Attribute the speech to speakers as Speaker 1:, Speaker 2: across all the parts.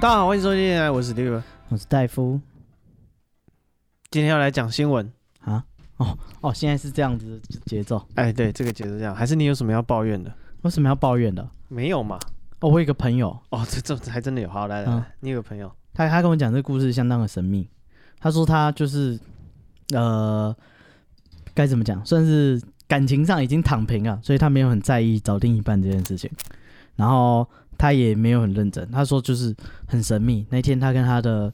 Speaker 1: 大家好，欢迎收听电台，我是 David，
Speaker 2: 我是戴夫
Speaker 1: 今天要来讲新闻。
Speaker 2: 啊。哦哦，现在是这样子的节奏，
Speaker 1: 哎，对，这个节奏这样，还是你有什么要抱怨的？
Speaker 2: 为什么要抱怨的？
Speaker 1: 没有嘛？
Speaker 2: 哦，我有一个朋友，
Speaker 1: 哦，这这还真的有。好，来来，
Speaker 2: 嗯
Speaker 1: 来，你有个朋友，
Speaker 2: 他他跟我讲这个故事相当的神秘。他说他就是呃，该怎么讲，算是感情上已经躺平了，所以他没有很在意找另一半这件事情，然后他也没有很认真。他说就是很神秘。那天他跟他的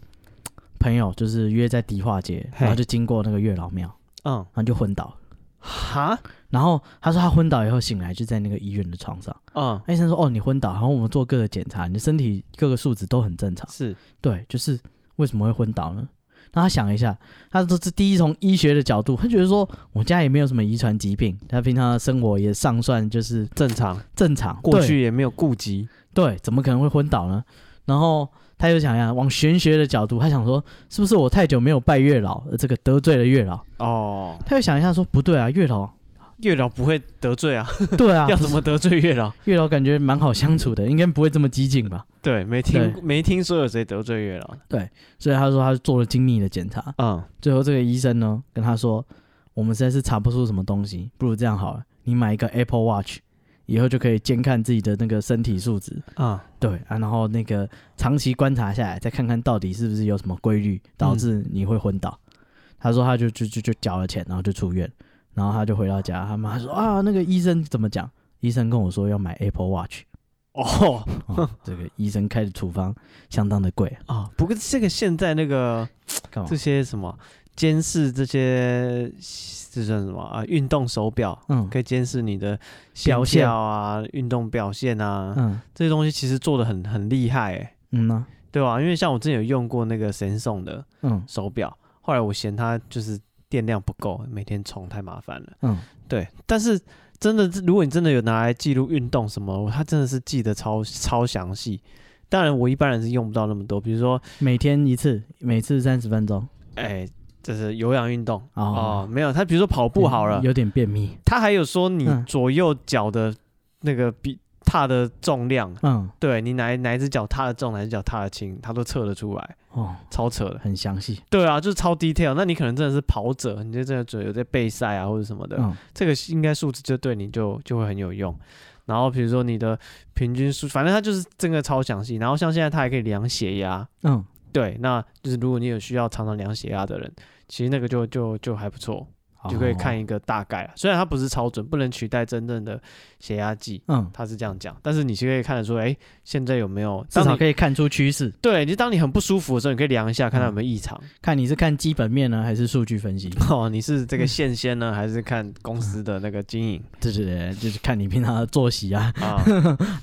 Speaker 2: 朋友就是约在迪化街，
Speaker 1: 嘿
Speaker 2: 然后就经过那个月老庙，
Speaker 1: 嗯，
Speaker 2: 然后就昏倒了。
Speaker 1: 哈，
Speaker 2: 然后他说他昏倒以后醒来就在那个医院的床上。
Speaker 1: 嗯，
Speaker 2: 那医生说：“哦，你昏倒，然后我们做各个检查，你的身体各个数值都很正常。
Speaker 1: 是，
Speaker 2: 对，就是为什么会昏倒呢？”那他想一下，他说这第一从医学的角度，他觉得说我家也没有什么遗传疾病，他平常的生活也尚算就是
Speaker 1: 正常，
Speaker 2: 正常，
Speaker 1: 过去也没有顾及，
Speaker 2: 对对，怎么可能会昏倒呢？然后他又想一下，往玄学的角度，他想说是不是我太久没有拜月老，而这个得罪了月老？
Speaker 1: 哦，
Speaker 2: 他又想一下说不对啊，月老，
Speaker 1: 月老不会得罪啊，，
Speaker 2: 对啊
Speaker 1: 要怎么得罪月老？
Speaker 2: 月老感觉蛮好相处的，应该不会这么激进吧？
Speaker 1: 对，没听没听说有谁得罪月老的，
Speaker 2: 所以他说他做了精密的检查，
Speaker 1: 嗯，
Speaker 2: 最后这个医生呢跟他说，我们实在是查不出什么东西，不如这样好了，你买一个 Apple Watch，以后就可以监看自己的那个身体数值，
Speaker 1: 啊，
Speaker 2: 对啊，然后那个长期观察下来，再看看到底是不是有什么规律导致你会昏倒。他说他就就就就缴了钱，然后就出院，然后他就回到家，他妈说啊，那个医生怎么讲？医生跟我说要买 Apple Watch，、
Speaker 1: 哦，
Speaker 2: 哦、这个医生开的处方相当的贵，
Speaker 1: 啊，不过这个现在那个
Speaker 2: 干嘛
Speaker 1: 这？些什么监视这些这算什么啊？运动手表，
Speaker 2: 嗯
Speaker 1: 可以监视你的心
Speaker 2: 表现
Speaker 1: 跳啊、运动表现啊，
Speaker 2: 嗯
Speaker 1: 这些东西其实做的很很厉害、欸，
Speaker 2: 嗯呢、
Speaker 1: 对吧、因为像我之前有用过那个神送的
Speaker 2: 嗯
Speaker 1: 手表，后来我嫌它就是电量不够，每天充太麻烦了。
Speaker 2: 嗯，
Speaker 1: 对，但是真的，如果你真的有拿来记录运动什么，它真的是记得超超详细。当然，我一般人是用不到那么多，比如说，
Speaker 2: 每天一次，每次三十分钟。
Speaker 1: 哎、这是有氧运动哦
Speaker 2: 哦
Speaker 1: 没有，他比如说跑步好了，
Speaker 2: 有点便秘。
Speaker 1: 他还有说你
Speaker 2: 嗯
Speaker 1: 左右脚的那个比踏的重量，
Speaker 2: 嗯，
Speaker 1: 对你哪一哪一只脚踏的重，哪一只脚踏的轻，他都测得出来，
Speaker 2: 哦，
Speaker 1: 超扯的。
Speaker 2: 很详细。
Speaker 1: 对啊，就是超 detail。那你可能真的是跑者，你就真的准有在备赛啊或者什么的，
Speaker 2: 嗯
Speaker 1: 这个应该数字就对你就就会很有用。然后比如说你的平均数，反正它就是真的超详细。然后像现在它还可以量血压，
Speaker 2: 嗯，
Speaker 1: 对，那就是如果你有需要常常量血压的人，其实那个就就就还不错，就可以看
Speaker 2: 哦。
Speaker 1: 一个大概啊。虽然它不是超准，不能取代真正的血压计，
Speaker 2: 嗯，
Speaker 1: 他是这样讲，但是你其实可以看得出，哎、现在有没有？
Speaker 2: 至
Speaker 1: 当
Speaker 2: 少
Speaker 1: 你
Speaker 2: 可以看出趋势，
Speaker 1: 对，就当你很不舒服的时候，你可以量一下，看它有没有异常。
Speaker 2: 看你是看基本面呢，还是数据 分析？
Speaker 1: 哦，你是这个线仙呢，还是看公司的那个经营
Speaker 2: 对对对，就是看你平常的作息啊，
Speaker 1: 啊？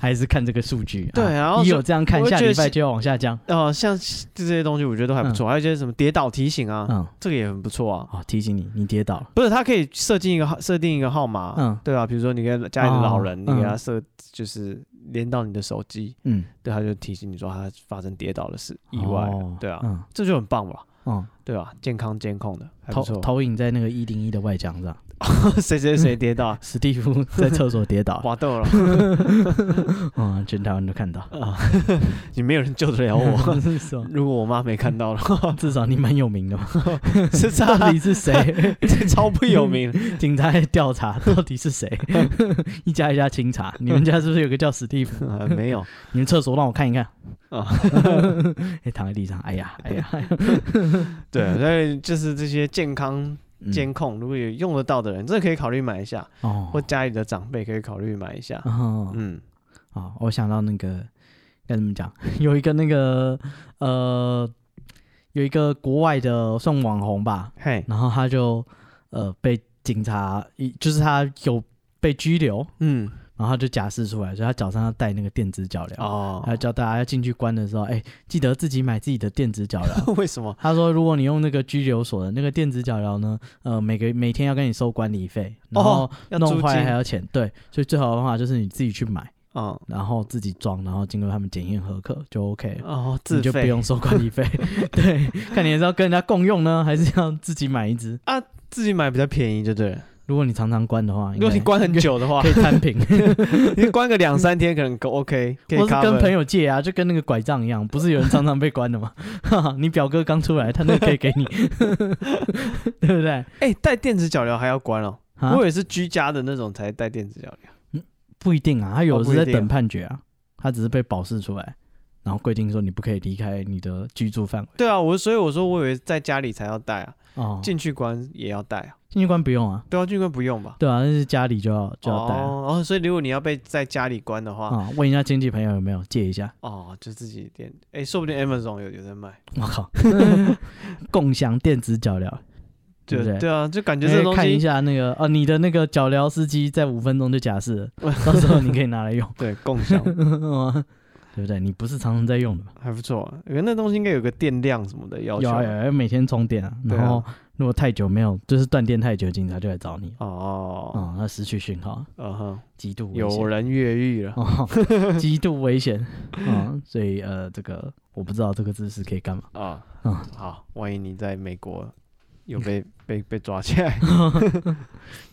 Speaker 2: 还是看这个数据 啊？
Speaker 1: 对然后
Speaker 2: 你
Speaker 1: 是
Speaker 2: 有这样看
Speaker 1: 我，会
Speaker 2: 下
Speaker 1: 觉得
Speaker 2: 礼拜
Speaker 1: 是
Speaker 2: 就要往下降。
Speaker 1: 哦，像这些东西我觉得都还不错，还有一些什么跌倒提醒啊，
Speaker 2: 嗯，
Speaker 1: 这个也很不错啊。
Speaker 2: 好，提醒你，你跌倒了。
Speaker 1: 不是，它可以设定一个号，设定一个号码，
Speaker 2: 嗯
Speaker 1: 对啊，比如说你给家里的老人，
Speaker 2: 哦
Speaker 1: 你给他设就是连到你的手机，
Speaker 2: 嗯，
Speaker 1: 对，他就提醒你说他发生跌倒的事意外了，
Speaker 2: 哦
Speaker 1: 对啊，
Speaker 2: 嗯
Speaker 1: 这就很棒吧，
Speaker 2: 嗯，
Speaker 1: 对啊，健康监控的还不
Speaker 2: 投
Speaker 1: 错，
Speaker 2: 投影在那个一零一的外墙上，
Speaker 1: 谁谁谁跌倒，
Speaker 2: 史蒂夫在厕所跌倒，
Speaker 1: 滑豆了。
Speaker 2: 嗯，全台湾都 看到。
Speaker 1: 啊，你没有人救得了 我。
Speaker 2: 是吗
Speaker 1: 如果我妈没看到的 话，
Speaker 2: 至少你蛮有名的嘛，
Speaker 1: 是
Speaker 2: 到
Speaker 1: 超
Speaker 2: 底是啊谁？
Speaker 1: 超不有名 的。
Speaker 2: 警察在调查到底是谁， 一家一家清查。你们家是不是有个叫史蒂夫？
Speaker 1: 啊没有
Speaker 2: 你们厕所让我看一看。
Speaker 1: 啊，
Speaker 2: 哎，躺在地上，哎呀，哎呀，哎呀
Speaker 1: 对，所以就是这些健康
Speaker 2: 嗯
Speaker 1: 监控，如果有用得到的人，真的可以考虑买一下，
Speaker 2: 哦，
Speaker 1: 或家里的长辈可以考虑买一下。
Speaker 2: 哦，
Speaker 1: 嗯，
Speaker 2: 哦，我想到那个该怎么讲， 有一个那个呃，有一个国外的算网红吧，
Speaker 1: 嘿，
Speaker 2: 然后他就呃被警察，一就是他有被拘留，
Speaker 1: 嗯，
Speaker 2: 然后他就假释出来，所以他脚上要带那个电子脚镣。
Speaker 1: 哦
Speaker 2: 还，有教大家要进去关的时候，哎、记得自己买自己的电子脚 镣，
Speaker 1: 为什么？
Speaker 2: 他说，如果你用那个拘留所的那个电子脚镣呢，呃，每个每天要跟你收管理费，然后
Speaker 1: 哦，要租
Speaker 2: 弄
Speaker 1: 金
Speaker 2: 坏还要钱，对，所以最好的方法就是你自己去买，
Speaker 1: 嗯，
Speaker 2: 然后自己装，然后经过他们检验合格就 OK 了。
Speaker 1: 哦，
Speaker 2: 你
Speaker 1: 自
Speaker 2: 就不
Speaker 1: 费
Speaker 2: 用收管 理费，对，看你是要跟人家共用呢，还是要自己买一支？
Speaker 1: 自己买比较便宜，就对了。
Speaker 2: 如果你常常关的话，应
Speaker 1: 如果
Speaker 2: 该
Speaker 1: 你关很久的话
Speaker 2: 可，以摊平，
Speaker 1: 你关个两三天可能够 OK，可以
Speaker 2: 或是跟
Speaker 1: cover
Speaker 2: 朋友借啊，就跟那个拐杖一样，不是有人常常被关的吗？ 哈哈，你表哥刚出来，他那个可以给你， 对不对？
Speaker 1: 哎，带电子脚镣还要关哦，
Speaker 2: 啊
Speaker 1: 我以为是居家的那种才带电子脚镣。
Speaker 2: 不一定啊，他有
Speaker 1: 哦
Speaker 2: 的
Speaker 1: 不
Speaker 2: 是
Speaker 1: 一
Speaker 2: 在
Speaker 1: 定
Speaker 2: 等判决啊，他只是被保释出来，然后规定说你不可以离开你的居住范围
Speaker 1: 对啊，我所以我说我以为在家里才要带啊，
Speaker 2: 哦。进
Speaker 1: 进去关也要带啊，
Speaker 2: 进去关不用啊，
Speaker 1: 对啊，进去关不用吧？
Speaker 2: 对啊，那是家里就要就要带啊。
Speaker 1: 哦，哦所以如果你要被在家里关的话，
Speaker 2: 啊问一下亲戚朋友有没有借一下？
Speaker 1: 哦，就自己点，哎，说不定 Amazon 有有在卖，
Speaker 2: 我 靠，共享电子脚镣，
Speaker 1: 就
Speaker 2: 对不对
Speaker 1: 对啊，就感觉这
Speaker 2: 因为
Speaker 1: 东
Speaker 2: 看一
Speaker 1: 西
Speaker 2: 下那个哦，你的那个脚镣司机在五分钟就假释了，到时候你可以拿来用，
Speaker 1: 对共享
Speaker 2: 对不对？你不是常常在用的嘛？
Speaker 1: 还不错啊，因为那东西应该有个电量什么的要求
Speaker 2: 有啊有啊，每天充电啊，
Speaker 1: 对啊
Speaker 2: 然后如果太久没有，就是断电太久，警察就来找你。
Speaker 1: 哦，
Speaker 2: 哦，那失去讯号，
Speaker 1: 嗯哼，
Speaker 2: 极度危
Speaker 1: 有
Speaker 2: 险，
Speaker 1: 人越狱了，
Speaker 2: 哦， 极度危险，嗯，所以呃，这个我不知道这个姿势可以干嘛，
Speaker 1: 啊，
Speaker 2: 嗯
Speaker 1: 好，万一你在美国有被 被被抓起来，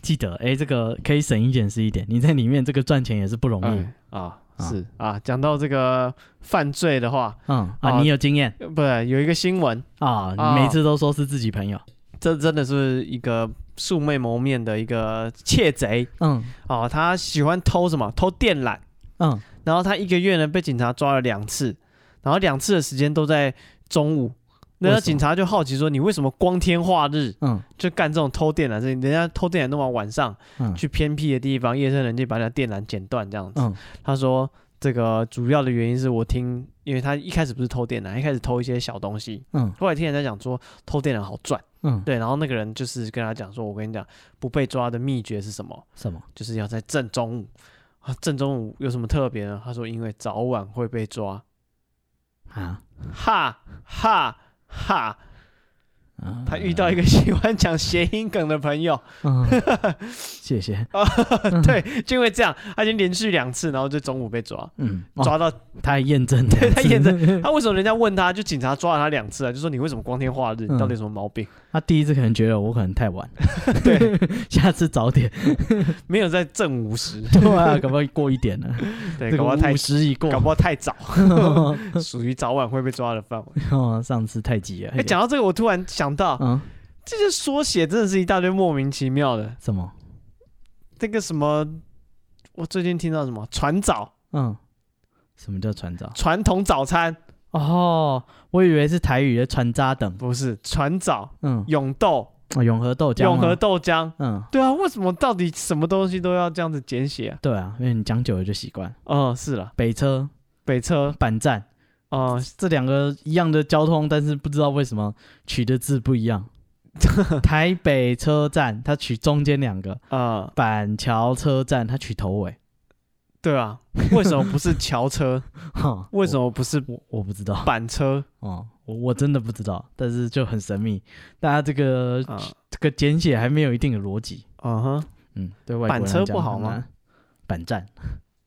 Speaker 2: 记得哎，这个可以省一点是一点，你在里面这个赚钱也是不容易，
Speaker 1: 哎啊
Speaker 2: 啊
Speaker 1: 是啊，讲到这个犯罪的话，
Speaker 2: 嗯啊，
Speaker 1: 啊
Speaker 2: 你有经验
Speaker 1: 呃不有一个新闻，
Speaker 2: 啊，
Speaker 1: 啊
Speaker 2: 你每次都说是自己朋友，
Speaker 1: 这真的是一个素昧谋面的一个窃贼
Speaker 2: 嗯
Speaker 1: 哦，他喜欢偷什么？偷电缆，
Speaker 2: 嗯
Speaker 1: 然后他一个月呢被警察抓了两次，然后两次的时间都在中午。
Speaker 2: 为
Speaker 1: 那
Speaker 2: 什么
Speaker 1: 警察就好奇说：“你为什么光天化日
Speaker 2: 嗯
Speaker 1: 就干这种偷电缆的事情？人家偷电缆弄完晚上，
Speaker 2: 嗯
Speaker 1: 去偏僻的地方，夜深人静把你的电缆剪断这样子。
Speaker 2: 嗯
Speaker 1: 他说这个主要的原因是我听，因为他一开始不是偷电缆，一开始偷一些小东西，
Speaker 2: 嗯
Speaker 1: 后来听人家讲说偷电缆好赚，
Speaker 2: 嗯，
Speaker 1: 对，然后那个人就是跟他讲说，我跟你讲，不被抓的秘诀是什么？
Speaker 2: 什么？
Speaker 1: 就是要在正中午。啊，正中午有什么特别呢？他说，因为早晚会被抓，
Speaker 2: 啊，
Speaker 1: 哈哈哈！
Speaker 2: 啊
Speaker 1: 他遇到一，个 喜欢讲谐音梗的朋友，啊
Speaker 2: 嗯， 谢谢， 嗯
Speaker 1: 对，就因为这样，他已经连续两次，然后就中午被抓，
Speaker 2: 嗯，哦，
Speaker 1: 抓到
Speaker 2: 他验证，
Speaker 1: 对他验
Speaker 2: 证，
Speaker 1: 他为什么人家问他，就警察抓了他两次啊？就说你为什么光天化日？
Speaker 2: 嗯
Speaker 1: 你到底有什么毛病？
Speaker 2: 他第一次可能觉得我可能太晚，
Speaker 1: 对，
Speaker 2: 下次早点，
Speaker 1: 没有在正午时，
Speaker 2: 对啊，搞不好过一点了，
Speaker 1: 对，
Speaker 2: 这
Speaker 1: 搞
Speaker 2: 个
Speaker 1: 不好太
Speaker 2: 五十已过，
Speaker 1: 搞不好太 早，属于早晚会被抓的范围。
Speaker 2: 哦，上次太急了。
Speaker 1: 哎，讲到这个，我突然想到，
Speaker 2: 嗯，
Speaker 1: 这些缩写真的是一大堆莫名其妙的。
Speaker 2: 什么？
Speaker 1: 这个什么，我最近听到什么传早、
Speaker 2: 嗯，什么叫船长？
Speaker 1: 传统早餐，
Speaker 2: 哦，我以为是台语的船渣等。
Speaker 1: 不是传早、
Speaker 2: 嗯，
Speaker 1: 永豆、
Speaker 2: 哦永和豆浆。
Speaker 1: 永和。豆浆。
Speaker 2: 嗯，
Speaker 1: 对啊，为什么到底什么东西都要这样子简写啊？
Speaker 2: 对啊，因为你讲久了就习惯。
Speaker 1: 嗯，是了，
Speaker 2: 北车、
Speaker 1: 北车，
Speaker 2: 板站
Speaker 1: 嗯，
Speaker 2: 这两个一样的交通，但是不知道为什么取的字不 一样。台北车站，它取中间两个；
Speaker 1: 啊、
Speaker 2: 板桥车站，它取头尾。
Speaker 1: 对啊，为什么不是桥 车？
Speaker 2: 哈，
Speaker 1: 为什么不是
Speaker 2: 我？我我不知道。
Speaker 1: 板车
Speaker 2: 哦，我我真的不知道，但是就很神秘。大家这个、
Speaker 1: 啊？
Speaker 2: 这个简写还没有一定的逻辑。
Speaker 1: 嗯哼，
Speaker 2: 嗯，对外国人
Speaker 1: 板车
Speaker 2: 来讲
Speaker 1: 不好
Speaker 2: 很
Speaker 1: 吗
Speaker 2: 难？板站，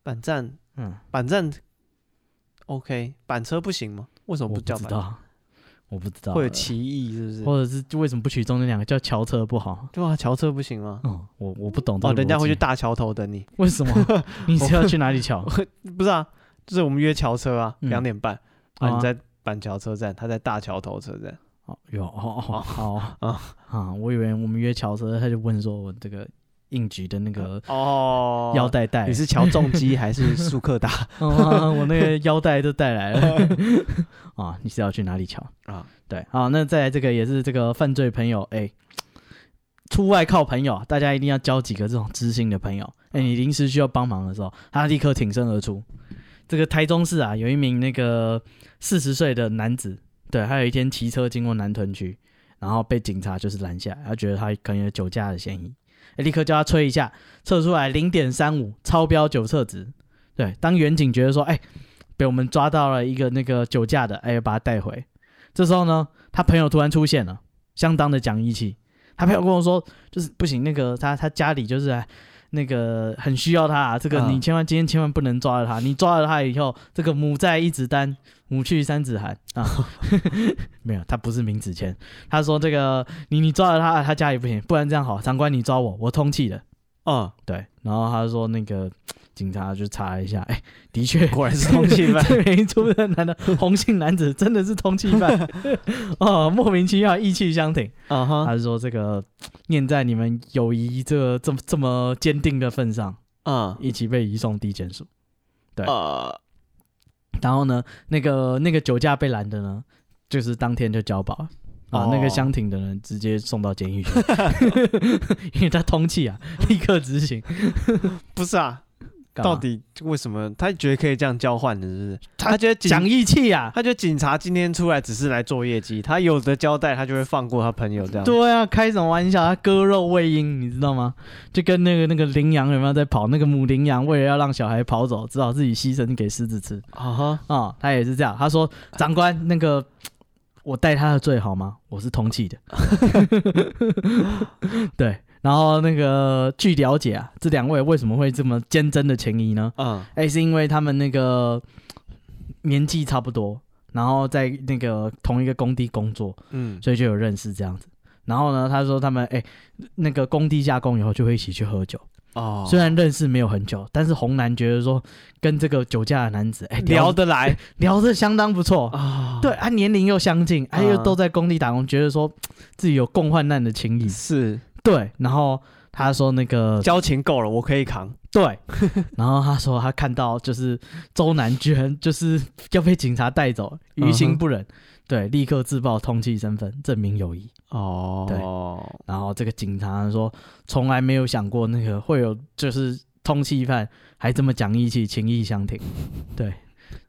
Speaker 1: 板站，
Speaker 2: 嗯，
Speaker 1: 板站，OK，板车不行吗？为什么
Speaker 2: 我
Speaker 1: 叫
Speaker 2: 知
Speaker 1: 板？
Speaker 2: 道，我不知道，
Speaker 1: 会有歧义是不是？
Speaker 2: 或者是为什么不取中间两个叫桥车不好？
Speaker 1: 对啊，桥车不行吗？
Speaker 2: 嗯，我我不懂这
Speaker 1: 哦，
Speaker 2: 个
Speaker 1: 人家
Speaker 2: 逻
Speaker 1: 会去
Speaker 2: 辑
Speaker 1: 大桥头等你，
Speaker 2: 为什么？你是要去哪里桥？
Speaker 1: 不是啊？就是我们约桥车啊，
Speaker 2: 嗯
Speaker 1: 两、点半，
Speaker 2: 好
Speaker 1: 啊，你在板桥车站，他在大桥头车站。
Speaker 2: 哦，有哦哦好
Speaker 1: 啊
Speaker 2: 啊啊！我以为我们约桥车，他就问说我这个应局的那个
Speaker 1: 哦，
Speaker 2: 腰带带，
Speaker 1: 你是乔 重机还是速克达
Speaker 2: 哦啊我那个腰带都带来了啊！你是要去哪里桥？
Speaker 1: 啊？
Speaker 2: 对，好，那再来这个也是这个犯罪朋友，哎、出外靠朋友，大家一定要交几个这种知心的朋友。哎、你临时需要帮忙的时候，他立刻挺身而出。这个台中市啊，有一名那个四十岁的男子，对，他有一天骑车经过南屯区，然后被警察就是拦下来，他觉得他可能有酒驾的嫌疑，哎立刻叫他吹一下，测出来零点三五，超标酒测值。对，当远警觉得说，哎、被我们抓到了一个那个酒驾的，哎、把他带回。这时候呢，他朋友突然出现了，相当的讲义气。他朋友跟我说，就是不行，那个他他家里就是哎那个很需要它、啊，这个
Speaker 1: 嗯
Speaker 2: 你千万今天千万不能抓了它，你抓了它以后，这个母在一子丹，母去三子寒啊。 没有，他不是明子谦，他说这个你你抓了他，他家里不行，不然这样好，长官你抓我，我通气了。
Speaker 1: 嗯，
Speaker 2: 对，然后他说那个警察就查了一下， 哎，的确
Speaker 1: 果然是通缉犯
Speaker 2: 这名出生男 的红姓男子真的是通缉犯，哦，莫名其妙意气相挺。
Speaker 1: 啊哈，
Speaker 2: 他说这个念在你们友谊这个这么这么坚定的份上，
Speaker 1: 嗯，
Speaker 2: 一起被移送地检署。啊对
Speaker 1: 呃，
Speaker 2: 然后呢，那个那个酒驾被拦的呢，就是当天就交保了。啊，
Speaker 1: 哦
Speaker 2: 那个相挺的人直接送到监狱去， 因为他通气啊，立刻执行。
Speaker 1: 不是啊，
Speaker 2: 干嘛
Speaker 1: 到底为什么他觉得可以这样交换的？是不是？他觉得警
Speaker 2: 讲义气啊？
Speaker 1: 他觉得警察今天出来只是来做业绩，他有的交代，他就会放过他朋友这样。
Speaker 2: 对啊，开什么玩笑？他割肉喂鹰，你知道吗？就跟那个那个羚羊有没有在跑？那个母羚羊为了要让小孩跑走，只好自己牺牲给狮子吃
Speaker 1: 啊哈，
Speaker 2: 啊、他也是这样，他说：“长官，那个我带他的罪好吗？我是通气的。”对，然后那个据了解啊，这两位为什么会这么坚贞的情谊呢？
Speaker 1: 嗯
Speaker 2: 哎、是因为他们那个年纪差不多，然后在那个同一个工地工作，
Speaker 1: 嗯，
Speaker 2: 所以就有认识这样子。然后呢，他说他们哎、那个工地下工以后就会一起去喝酒，
Speaker 1: 哦，
Speaker 2: 虽然认识没有很久，但是红男觉得说跟这个酒驾的男子哎、
Speaker 1: 聊
Speaker 2: 聊
Speaker 1: 得来
Speaker 2: 聊得相当不错。
Speaker 1: 啊，
Speaker 2: 对啊，年龄又相近，哎、啊、又
Speaker 1: 嗯
Speaker 2: 都在工地打工，觉得说自己有共患难的情谊。
Speaker 1: 是
Speaker 2: 对，然后他说那个
Speaker 1: 交情够了，我可以扛。
Speaker 2: 对，然后他说他看到就是周南居然就是要被警察带走，于
Speaker 1: 嗯
Speaker 2: 心
Speaker 1: 哼
Speaker 2: 不忍，对，立刻自曝通缉身份，证明友谊。
Speaker 1: 哦，
Speaker 2: 然后这个警察说，从来没有想过那个会有就是通缉犯还这么讲义气、情义相挺。对，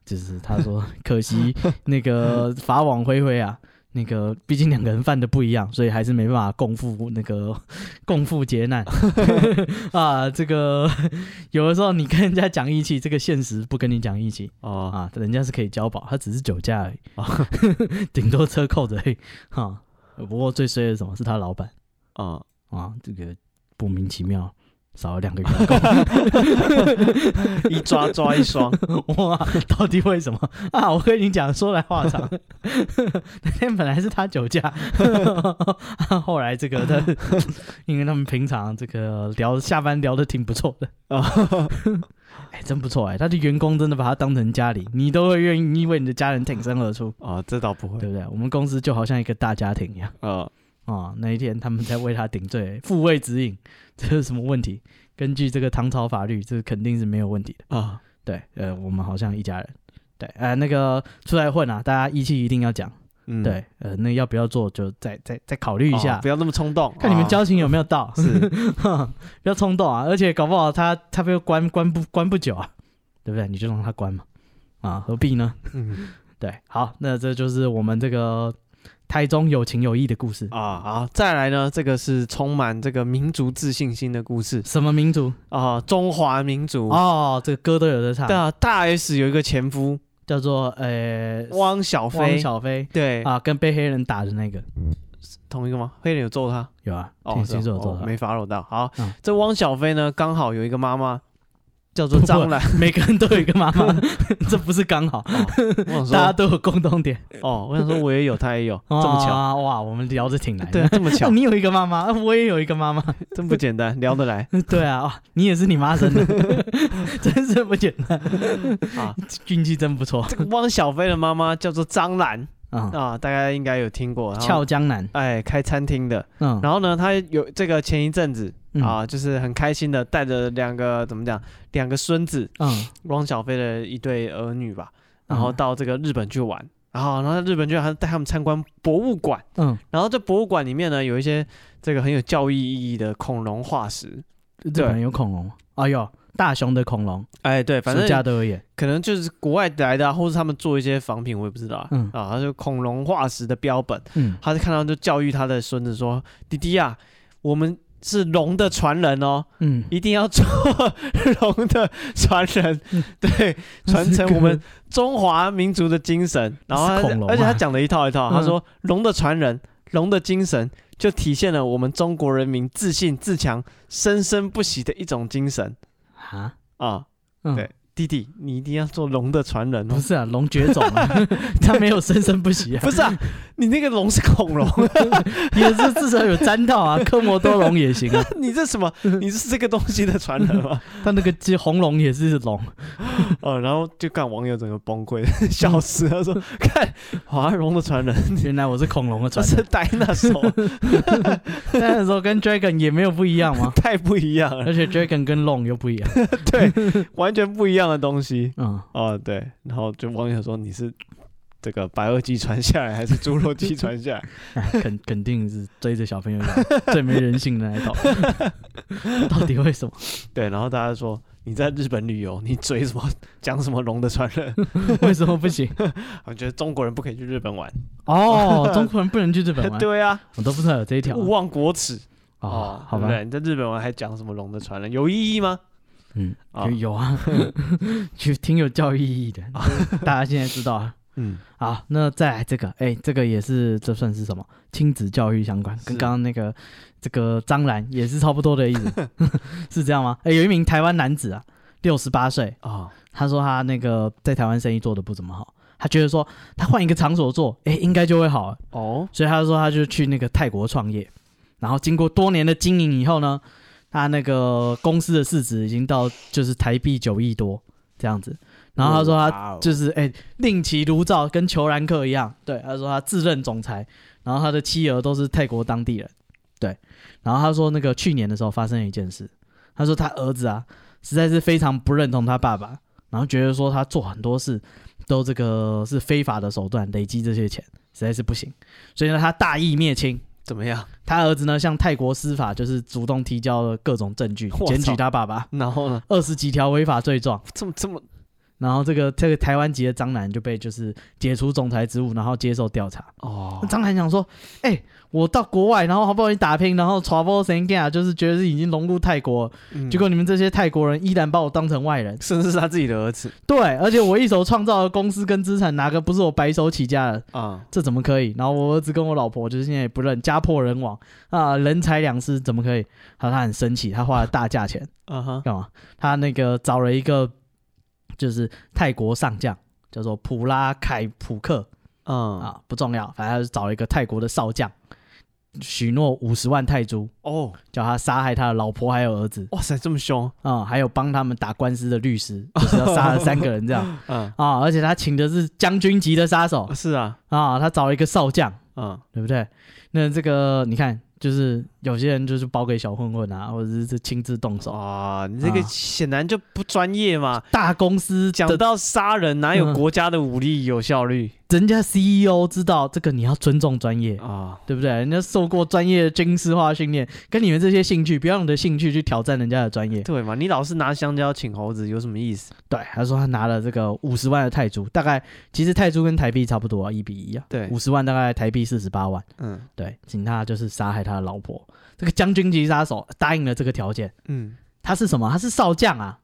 Speaker 2: 就是他说，可惜那个法网恢恢啊，那个毕竟两个人犯的不一样，所以还是没办法共赴那个 共赴劫难啊。这个有的时候你跟人家讲义气，这个现实不跟你讲义气
Speaker 1: 哦，
Speaker 2: 啊，人家是可以交保，他只是酒驾而已，啊 顶多车扣着而已哈。不过最衰的是什么？是他老板。
Speaker 1: 嗯，
Speaker 2: 啊，这个莫名其妙少了两个员工，
Speaker 1: 一抓抓一双，
Speaker 2: 哇，到底为什么 啊？我跟你讲，说来话长， 那天本来是他酒驾， 啊后来这个 他，因为他们平常这个聊下班聊的挺不错的
Speaker 1: 啊
Speaker 2: 啊。哎，真不错哎、他的员工真的把他当成家里，你都会愿意为你的家人挺身而出，
Speaker 1: 哦，这倒不会
Speaker 2: 对，不对？我们公司就好像一个大家庭一样。
Speaker 1: 呃，
Speaker 2: 啊、那一天他们在为他顶罪，复位指引，这是什么问题？根据这个唐朝法律，这肯定是没有问题的。
Speaker 1: 啊，
Speaker 2: 对，呃，我们好像一家人。对，呃，那个出来混啊，大家义气一定要讲。
Speaker 1: 嗯，
Speaker 2: 对，呃，那要不要做就再再再考虑一
Speaker 1: 哦
Speaker 2: 下，
Speaker 1: 不要那么冲动，
Speaker 2: 看你们
Speaker 1: 哦
Speaker 2: 交情有没有到，
Speaker 1: 是，
Speaker 2: 不要冲动啊！而且搞不好他他被关关不关不久啊，对不对？你就让他关嘛，啊，何必呢？
Speaker 1: 嗯
Speaker 2: 对，好，那这就是我们这个台中有情有义的故事。
Speaker 1: 啊，好，再来呢，这个是充满这个民族自信心的故事
Speaker 2: 什么民族？
Speaker 1: 啊，中华民族。
Speaker 2: 哦，这个歌都有的唱。
Speaker 1: 对啊，大 S 有一个前夫
Speaker 2: 叫做呃
Speaker 1: 汪小菲，
Speaker 2: 汪小菲
Speaker 1: 对，
Speaker 2: 啊，跟被黑人打的那个
Speaker 1: 同一个吗？黑人有揍他？
Speaker 2: 有啊，
Speaker 1: 哦
Speaker 2: 听，
Speaker 1: 是哦
Speaker 2: 听说有做
Speaker 1: 哦
Speaker 2: 到，
Speaker 1: 没发落到。好
Speaker 2: 嗯，
Speaker 1: 这汪小菲呢，刚好有一个妈妈叫做张兰。
Speaker 2: 每个人都有一个妈妈，这不是刚好，
Speaker 1: 我想
Speaker 2: 大家
Speaker 1: 说，
Speaker 2: 都有共同点，
Speaker 1: 哦，我想说我也有，他也有，这么巧，
Speaker 2: 啊哇，我们聊的挺来的，
Speaker 1: 对 啊，这么
Speaker 2: 那
Speaker 1: 巧，
Speaker 2: 你有一个妈妈， 啊我也有一个妈妈，
Speaker 1: 真不简单，聊得 来
Speaker 2: 对啊，哇，你也是你妈生的，真是不简单，
Speaker 1: 啊。
Speaker 2: 运气真不错
Speaker 1: 这个汪小菲的妈妈叫做张兰
Speaker 2: 啊。
Speaker 1: 啊，大家应该有听过。然后
Speaker 2: 俏江南，
Speaker 1: 哎，开餐厅的，
Speaker 2: 嗯，
Speaker 1: 然后呢，他有这个前一阵子
Speaker 2: 嗯，
Speaker 1: 啊，就是很开心的带着两个怎么讲，两个孙子，
Speaker 2: 嗯，
Speaker 1: 汪小菲的一对儿女吧，然后
Speaker 2: 嗯
Speaker 1: 到这个日本去玩，然后然后在日本去还带他们参观博物馆，
Speaker 2: 嗯，
Speaker 1: 然后这博物馆里面呢有一些这个很有教育意义的恐龙化石，
Speaker 2: 日本有恐龙，哎呦，大雄的恐龙，
Speaker 1: 哎对，反
Speaker 2: 暑假
Speaker 1: 正
Speaker 2: 都有演，
Speaker 1: 可能就是国外来的、啊，或是他们做一些仿品，我也不知道啊，
Speaker 2: 嗯
Speaker 1: 啊，他就恐龙化石的标本，
Speaker 2: 嗯，
Speaker 1: 他就看到就教育他的孙子说，弟弟啊，我们。是龙的传人哦，
Speaker 2: 嗯，
Speaker 1: 一定要做 龙的传人，
Speaker 2: 嗯
Speaker 1: 对，传承我们中华民族的精神。然后
Speaker 2: 是
Speaker 1: 他
Speaker 2: 恐
Speaker 1: 就，
Speaker 2: 龙啊
Speaker 1: 而且他讲了一套一套，他
Speaker 2: 嗯
Speaker 1: 说龙的传人，龙的精神，就体现了我们中国人民自信、自强、生生不息的一种精神
Speaker 2: 啊，
Speaker 1: 啊！
Speaker 2: 嗯
Speaker 1: 对弟弟，你一定要做龙的传人哦
Speaker 2: 不！是啊，龙绝种啊， 他没有生生不 息啊，
Speaker 1: 不是啊，你那个龙是恐 龙，
Speaker 2: 也是至少有沾到啊，科摩多龙也行啊，
Speaker 1: 你这什么？你是这个东西的传人 吗？
Speaker 2: 他那个鸡红龙也是 龙，
Speaker 1: 哦，然后就看网友整个崩溃，笑死了，说看华龙的传人，
Speaker 2: 原来我是恐龙的
Speaker 1: 这
Speaker 2: 传
Speaker 1: 是
Speaker 2: 人，
Speaker 1: 呆那 手，
Speaker 2: 但那时候跟 Dragon 也没有不一样 吗？
Speaker 1: 太不一样了，
Speaker 2: 而且 Dragon 跟龙又不一样，
Speaker 1: 对，完全不一样的东西。
Speaker 2: 嗯，
Speaker 1: 哦，对，然后就网友说你是这个白垩纪传下来还是侏罗纪传下 来？
Speaker 2: 哎肯肯定是追着小朋 友来最没人性的那一套， 到底为什么？
Speaker 1: 对，然后大家说你在日本旅游，你追什么讲什么龙的传人？
Speaker 2: 为什么不行？
Speaker 1: 我觉得中国人不可以去日本玩。
Speaker 2: 哦，中国人不能去日本 玩，
Speaker 1: 对啊，
Speaker 2: 我都不知道有这一条
Speaker 1: 勿忘国耻
Speaker 2: 哦，好
Speaker 1: 对不
Speaker 2: 吧，
Speaker 1: 对？你在日本玩还讲什么龙的传人，有意义吗？
Speaker 2: 嗯，
Speaker 1: 啊
Speaker 2: 有有啊， 就挺有教育意义 的，大家现在知道啊。
Speaker 1: 嗯，
Speaker 2: 好，那再来这个，哎、这个也是，这算是什么？亲子教育相关，
Speaker 1: 是
Speaker 2: 跟刚刚那个这个张兰也是差不多的意思，是这样吗？哎、有一名台湾男子啊，六十八岁，
Speaker 1: 啊，
Speaker 2: 他说他那个在台湾生意做的不怎么好，他觉得说他换一个场所做，哎、应该就会好了，
Speaker 1: 哦，
Speaker 2: 所以他就说他就去那个泰国创业，然后经过多年的经营以后呢，他那个公司的市值已经到就是台币九亿多这样子，然后他说他
Speaker 1: 他
Speaker 2: 就是哎、令其炉灶，跟裘兰克一样。对，他说他自任总裁，然后他的妻儿都是泰国当地人。对，然后他说那个去年的时候发生了一件事，他说他儿子啊，实在是非常不认同他爸爸，然后觉得说他做很多事都这个是非法的手段累积这些钱，实在是不行，所以呢，他大义灭亲。
Speaker 1: 怎么样？
Speaker 2: 他儿子呢，向泰国司法就是主动提交了各种证据
Speaker 1: 我操，
Speaker 2: 检举他爸爸
Speaker 1: 然后呢？
Speaker 2: 二十几条违法罪状。
Speaker 1: 这么这么
Speaker 2: 然后这个这个台湾籍的张楠就被就是解除总裁职务，然后接受调查。
Speaker 1: 哦
Speaker 2: 那，张楠想说，哎、我到国外，然后好不容易打拼，然后 travel s e n g a 就是觉得是已经融入泰国，
Speaker 1: 嗯
Speaker 2: 结果你们这些泰国人依然把我当成外人。
Speaker 1: 甚至是他自己的儿子
Speaker 2: 对，而且我一手创造的公司跟资产，哪个不是我白手起家的？
Speaker 1: 啊，
Speaker 2: 这怎么可以？然后我儿子跟我老婆就是现在也不认，家破人亡啊，人财两失，怎么可以？然后他很生气，他花了大价钱，
Speaker 1: 啊哈，
Speaker 2: 干嘛？哦他那个找了一个就是泰国上将，叫做普拉凯普克
Speaker 1: 嗯，
Speaker 2: 啊，不重要，反正他就找了一个泰国的少将，许诺五十万泰铢，
Speaker 1: 哦，
Speaker 2: 叫他杀害他的老婆还有儿子
Speaker 1: 哇塞，这么凶，
Speaker 2: 啊、还有帮他们打官司的律师，就是要杀了三个人这样
Speaker 1: 嗯，
Speaker 2: 啊、而且他请的是将军级的杀手
Speaker 1: 是啊，
Speaker 2: 啊、他找了一个少将，
Speaker 1: 嗯，
Speaker 2: 对不对？那这个你看，就是有些人就是包给小混混啊，或者是是亲自动手。
Speaker 1: 哇，你这个
Speaker 2: 啊
Speaker 1: 显然就不专业嘛。
Speaker 2: 大公司
Speaker 1: 讲
Speaker 2: 的
Speaker 1: 到杀人，哪有
Speaker 2: 嗯
Speaker 1: 国家的武力有效率
Speaker 2: 人家 CEO 知道这个你要尊重专业，
Speaker 1: 啊？
Speaker 2: 对不对？人家受过专业的军事化训练，跟你们这些兴趣，不要用你的兴趣去挑战人家的专业。
Speaker 1: 对嘛？你老是拿香蕉请猴子，有什么意思？
Speaker 2: 对，他说他拿了这个五十万的泰铢，大概其实泰铢跟台币差不多啊，一比一啊。
Speaker 1: 对
Speaker 2: 五十万大概台币四十八万。
Speaker 1: 嗯
Speaker 2: 对，请他就是杀害他的老婆。这个将军级杀手答应了这个条件，
Speaker 1: 嗯，
Speaker 2: 他是什么？他是少将啊，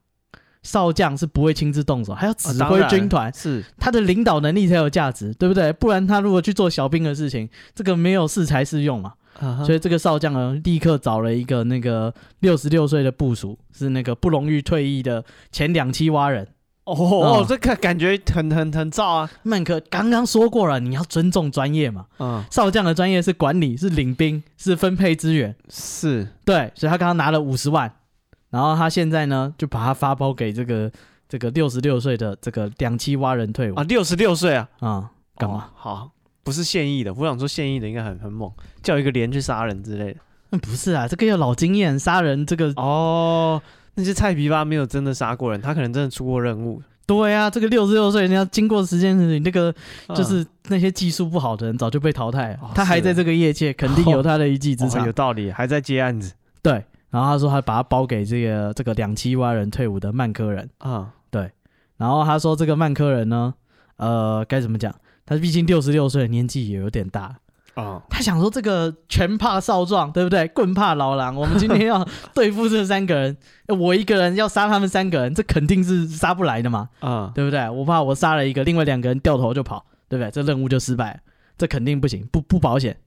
Speaker 2: 少将是不会亲自动手，还要
Speaker 1: 啊
Speaker 2: 指
Speaker 1: 当
Speaker 2: 挥
Speaker 1: 然
Speaker 2: 军团。
Speaker 1: 是
Speaker 2: 他的领导能力才有价值，对不对？不然他如果去做小兵的事情，这个没有适才适用嘛。
Speaker 1: 啊
Speaker 2: 所以这个少将呢，立刻找了一个那个六十六岁的部属，是那个不荣誉退役的前两栖蛙人。
Speaker 1: 哦哦
Speaker 2: 嗯，
Speaker 1: 这个感觉很很很燥啊。
Speaker 2: 曼克刚刚说过了，你要尊重专业嘛。
Speaker 1: 嗯，
Speaker 2: 少将的专业是管理，是领兵，是分配资源。
Speaker 1: 是
Speaker 2: 对，所以他刚刚拿了五十万，然后他现在呢，就把它发包给这个这个六十六岁的这个两栖蛙人退伍
Speaker 1: 啊，
Speaker 2: 啊、
Speaker 1: 六十六岁啊，
Speaker 2: 干嘛？
Speaker 1: 哦？好，不是现役的，我想说现役的应该很很猛，叫一个连去杀人之类的。
Speaker 2: 嗯，不是啊，这个要老经验，杀人这个，
Speaker 1: 哦，那些菜皮吧没有真的杀过人，他可能真的出过任务，
Speaker 2: 对啊，这个六十六岁，人家经过时间的，你那个
Speaker 1: 嗯
Speaker 2: 就是那些技术不好的人早就被淘汰了，
Speaker 1: 哦
Speaker 2: 他还
Speaker 1: 是
Speaker 2: 在这个业界，肯定有他的一技之
Speaker 1: 哦
Speaker 2: 长。
Speaker 1: 有道理，还在接案子
Speaker 2: 对，然后他说他把他包给这个这个两栖蛙人退伍的曼科人，
Speaker 1: 啊。
Speaker 2: 然后他说这个曼科人呢，呃，该怎么讲？他毕竟六十六岁，年纪也有点大，
Speaker 1: 啊、
Speaker 2: 他想说这个拳怕少壮，对不对？棍怕老狼。我们今天要对付这三个人， 呃我一个人要杀他们三个人，这肯定是杀不来的嘛。
Speaker 1: 啊、
Speaker 2: 对不对？我怕我杀了一个，另外两个人掉头就跑，对不对？这任务就失败了，这肯定不行，不不保险。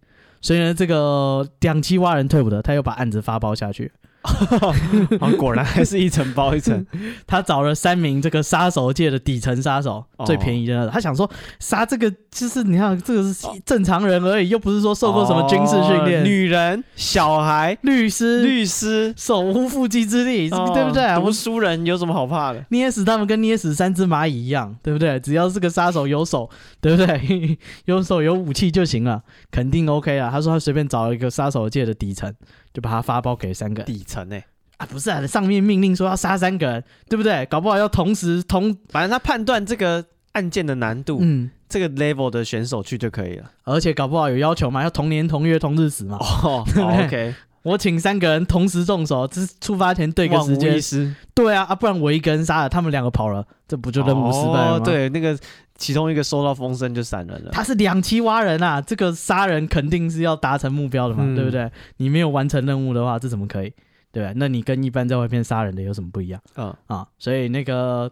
Speaker 2: 所以呢，这个两栖蛙人退伍的，他又把案子发包下去，
Speaker 1: 啊，果然还是一层包一 层。
Speaker 2: 他找了三名这个杀手界的底层杀手，
Speaker 1: 哦
Speaker 2: 最便宜的那种。他想说杀这个就是你看这个是正常人而已，又不是说受过什么军事训练，
Speaker 1: 哦女人、小孩、
Speaker 2: 律师、
Speaker 1: 律师，
Speaker 2: 手无缚鸡之力，
Speaker 1: 嗯哦
Speaker 2: 对不对？我
Speaker 1: 读书人有什么好怕的？
Speaker 2: 捏死 E 他们跟捏死三只蚂蚁一样，对不对？只要是个杀手有手，对不对？ 有手有武器就行了，肯定 OK 啊啦。他说他随便找一个杀手界的底层，就把他发包给三个人
Speaker 1: 底层哎、
Speaker 2: 啊，不是啊，上面命令说要杀三个人，对不对？搞不好要同时同
Speaker 1: 反正他判断这个案件的难度，
Speaker 2: 嗯，
Speaker 1: 这个 level 的选手去就可以了。
Speaker 2: 而且搞不好有要求嘛，要同年同月同日死嘛。
Speaker 1: 哦、
Speaker 2: 对
Speaker 1: o k
Speaker 2: 我请三个人同时动手，这是出发前对个
Speaker 1: 望
Speaker 2: 时
Speaker 1: 无一
Speaker 2: 间，
Speaker 1: 失，
Speaker 2: 对啊啊，不然我一个人杀了，他们两个跑了，这不就任务失败了吗？
Speaker 1: 哦，对，那个其中一个收到风声就闪人了。
Speaker 2: 他是两栖蛙人啊，这个杀人肯定是要达成目标的嘛，
Speaker 1: 嗯
Speaker 2: 对不对？你没有完成任务的话，这怎么可以？对吧？那你跟一般在外面杀人的有什么不一样
Speaker 1: 嗯，
Speaker 2: 啊？所以那个，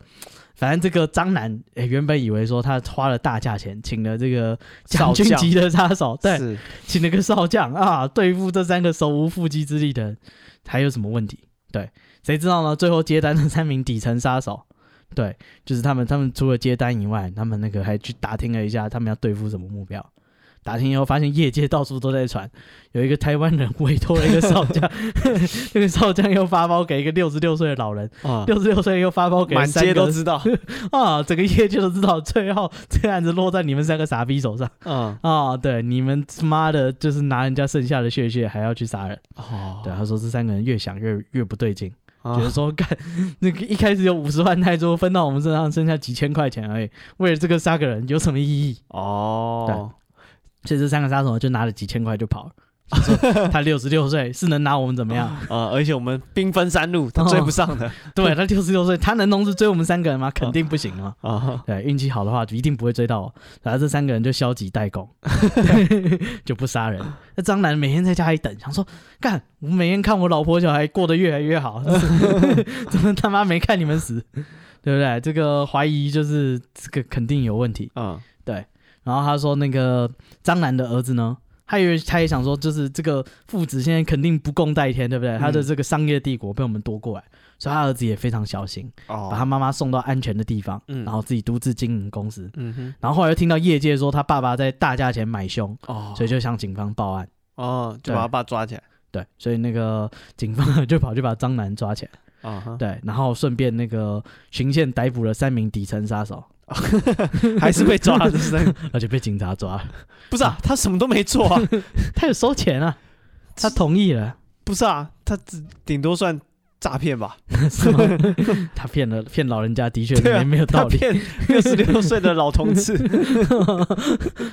Speaker 2: 反正这个张楠，诶，原本以为说他花了大价钱请了这个
Speaker 1: 少
Speaker 2: 将军
Speaker 1: 将
Speaker 2: 级的杀手，对，
Speaker 1: 是
Speaker 2: 请了个少将啊，对付这三个手无缚鸡之力的人，还有什么问题？对，谁知道呢？最后接单的三名底层杀手，对，就是他们，他们除了接单以外，他们那个还去打听了一下，他们要对付什么目标。打听以后，发现业界到处都在传，有一个台湾人委托了一个少将， 那个少将又发包给一个六十六岁的老人，
Speaker 1: 啊，
Speaker 2: 六十六岁又发包给
Speaker 1: 满
Speaker 2: 三
Speaker 1: 街
Speaker 2: 个
Speaker 1: 都知道。
Speaker 2: 啊，整个业界都知道，最后这个案子落在你们三个傻逼手上。
Speaker 1: 嗯，
Speaker 2: 啊、对，你们他妈的，就是拿人家剩下的血血还要去杀人。
Speaker 1: 哦，
Speaker 2: 对，啊他说这三个人越想越越不对劲，
Speaker 1: 啊
Speaker 2: 觉得说干那个一开始有五十万泰铢分到我们身上剩下几千块钱而已，为了这个杀个人有什么意义？
Speaker 1: 哦，
Speaker 2: 所以这三个杀手就拿了几千块就 跑了。就说他六十六岁是能拿我们怎么样？
Speaker 1: 呃，而且我们兵分三路，他追不上 的
Speaker 2: 对他六十六岁，他能同时追我们三个人吗？肯定不行啊！
Speaker 1: 啊，
Speaker 2: 对，运气好的话就一定不会追到我。然后这三个人就消极怠工，就不杀人。那张兰每天在家里等，想说干，我每天看我老婆小孩过得越来越好，怎么他妈没看你们死，对不对？这个怀疑就是这个肯定有问题。
Speaker 1: 嗯，
Speaker 2: 然后他说那个张兰的儿子呢，他以为他也想说，就是这个父子现在肯定不共戴天，对不对？他的这个商业帝国被我们夺过来，所以他儿子也非常小心，
Speaker 1: 哦，
Speaker 2: 把他妈妈送到安全的地方，
Speaker 1: 嗯
Speaker 2: 然后自己独自经营公司。
Speaker 1: 嗯哼，
Speaker 2: 然后后来又听到业界说他爸爸在大价钱买凶，
Speaker 1: 哦，
Speaker 2: 所以就向警方报案。
Speaker 1: 哦，就
Speaker 2: 对
Speaker 1: 把他爸抓起来
Speaker 2: 对，所以那个警方就跑去把张楠抓起来，
Speaker 1: 啊哈，
Speaker 2: 对，然后顺便那个巡线逮捕了三名底层杀手，
Speaker 1: 还是被抓了，是不 是？
Speaker 2: 而且被警察抓了。
Speaker 1: 不是啊，他什么都没做啊，
Speaker 2: 他有收钱啊，他同意了，
Speaker 1: 不是啊，他只顶多算诈骗吧，
Speaker 2: 是吗？ 他骗了骗老人家，的确
Speaker 1: 对啊
Speaker 2: 没没 有
Speaker 1: 他
Speaker 2: 道理。
Speaker 1: 骗六十六岁的老同志，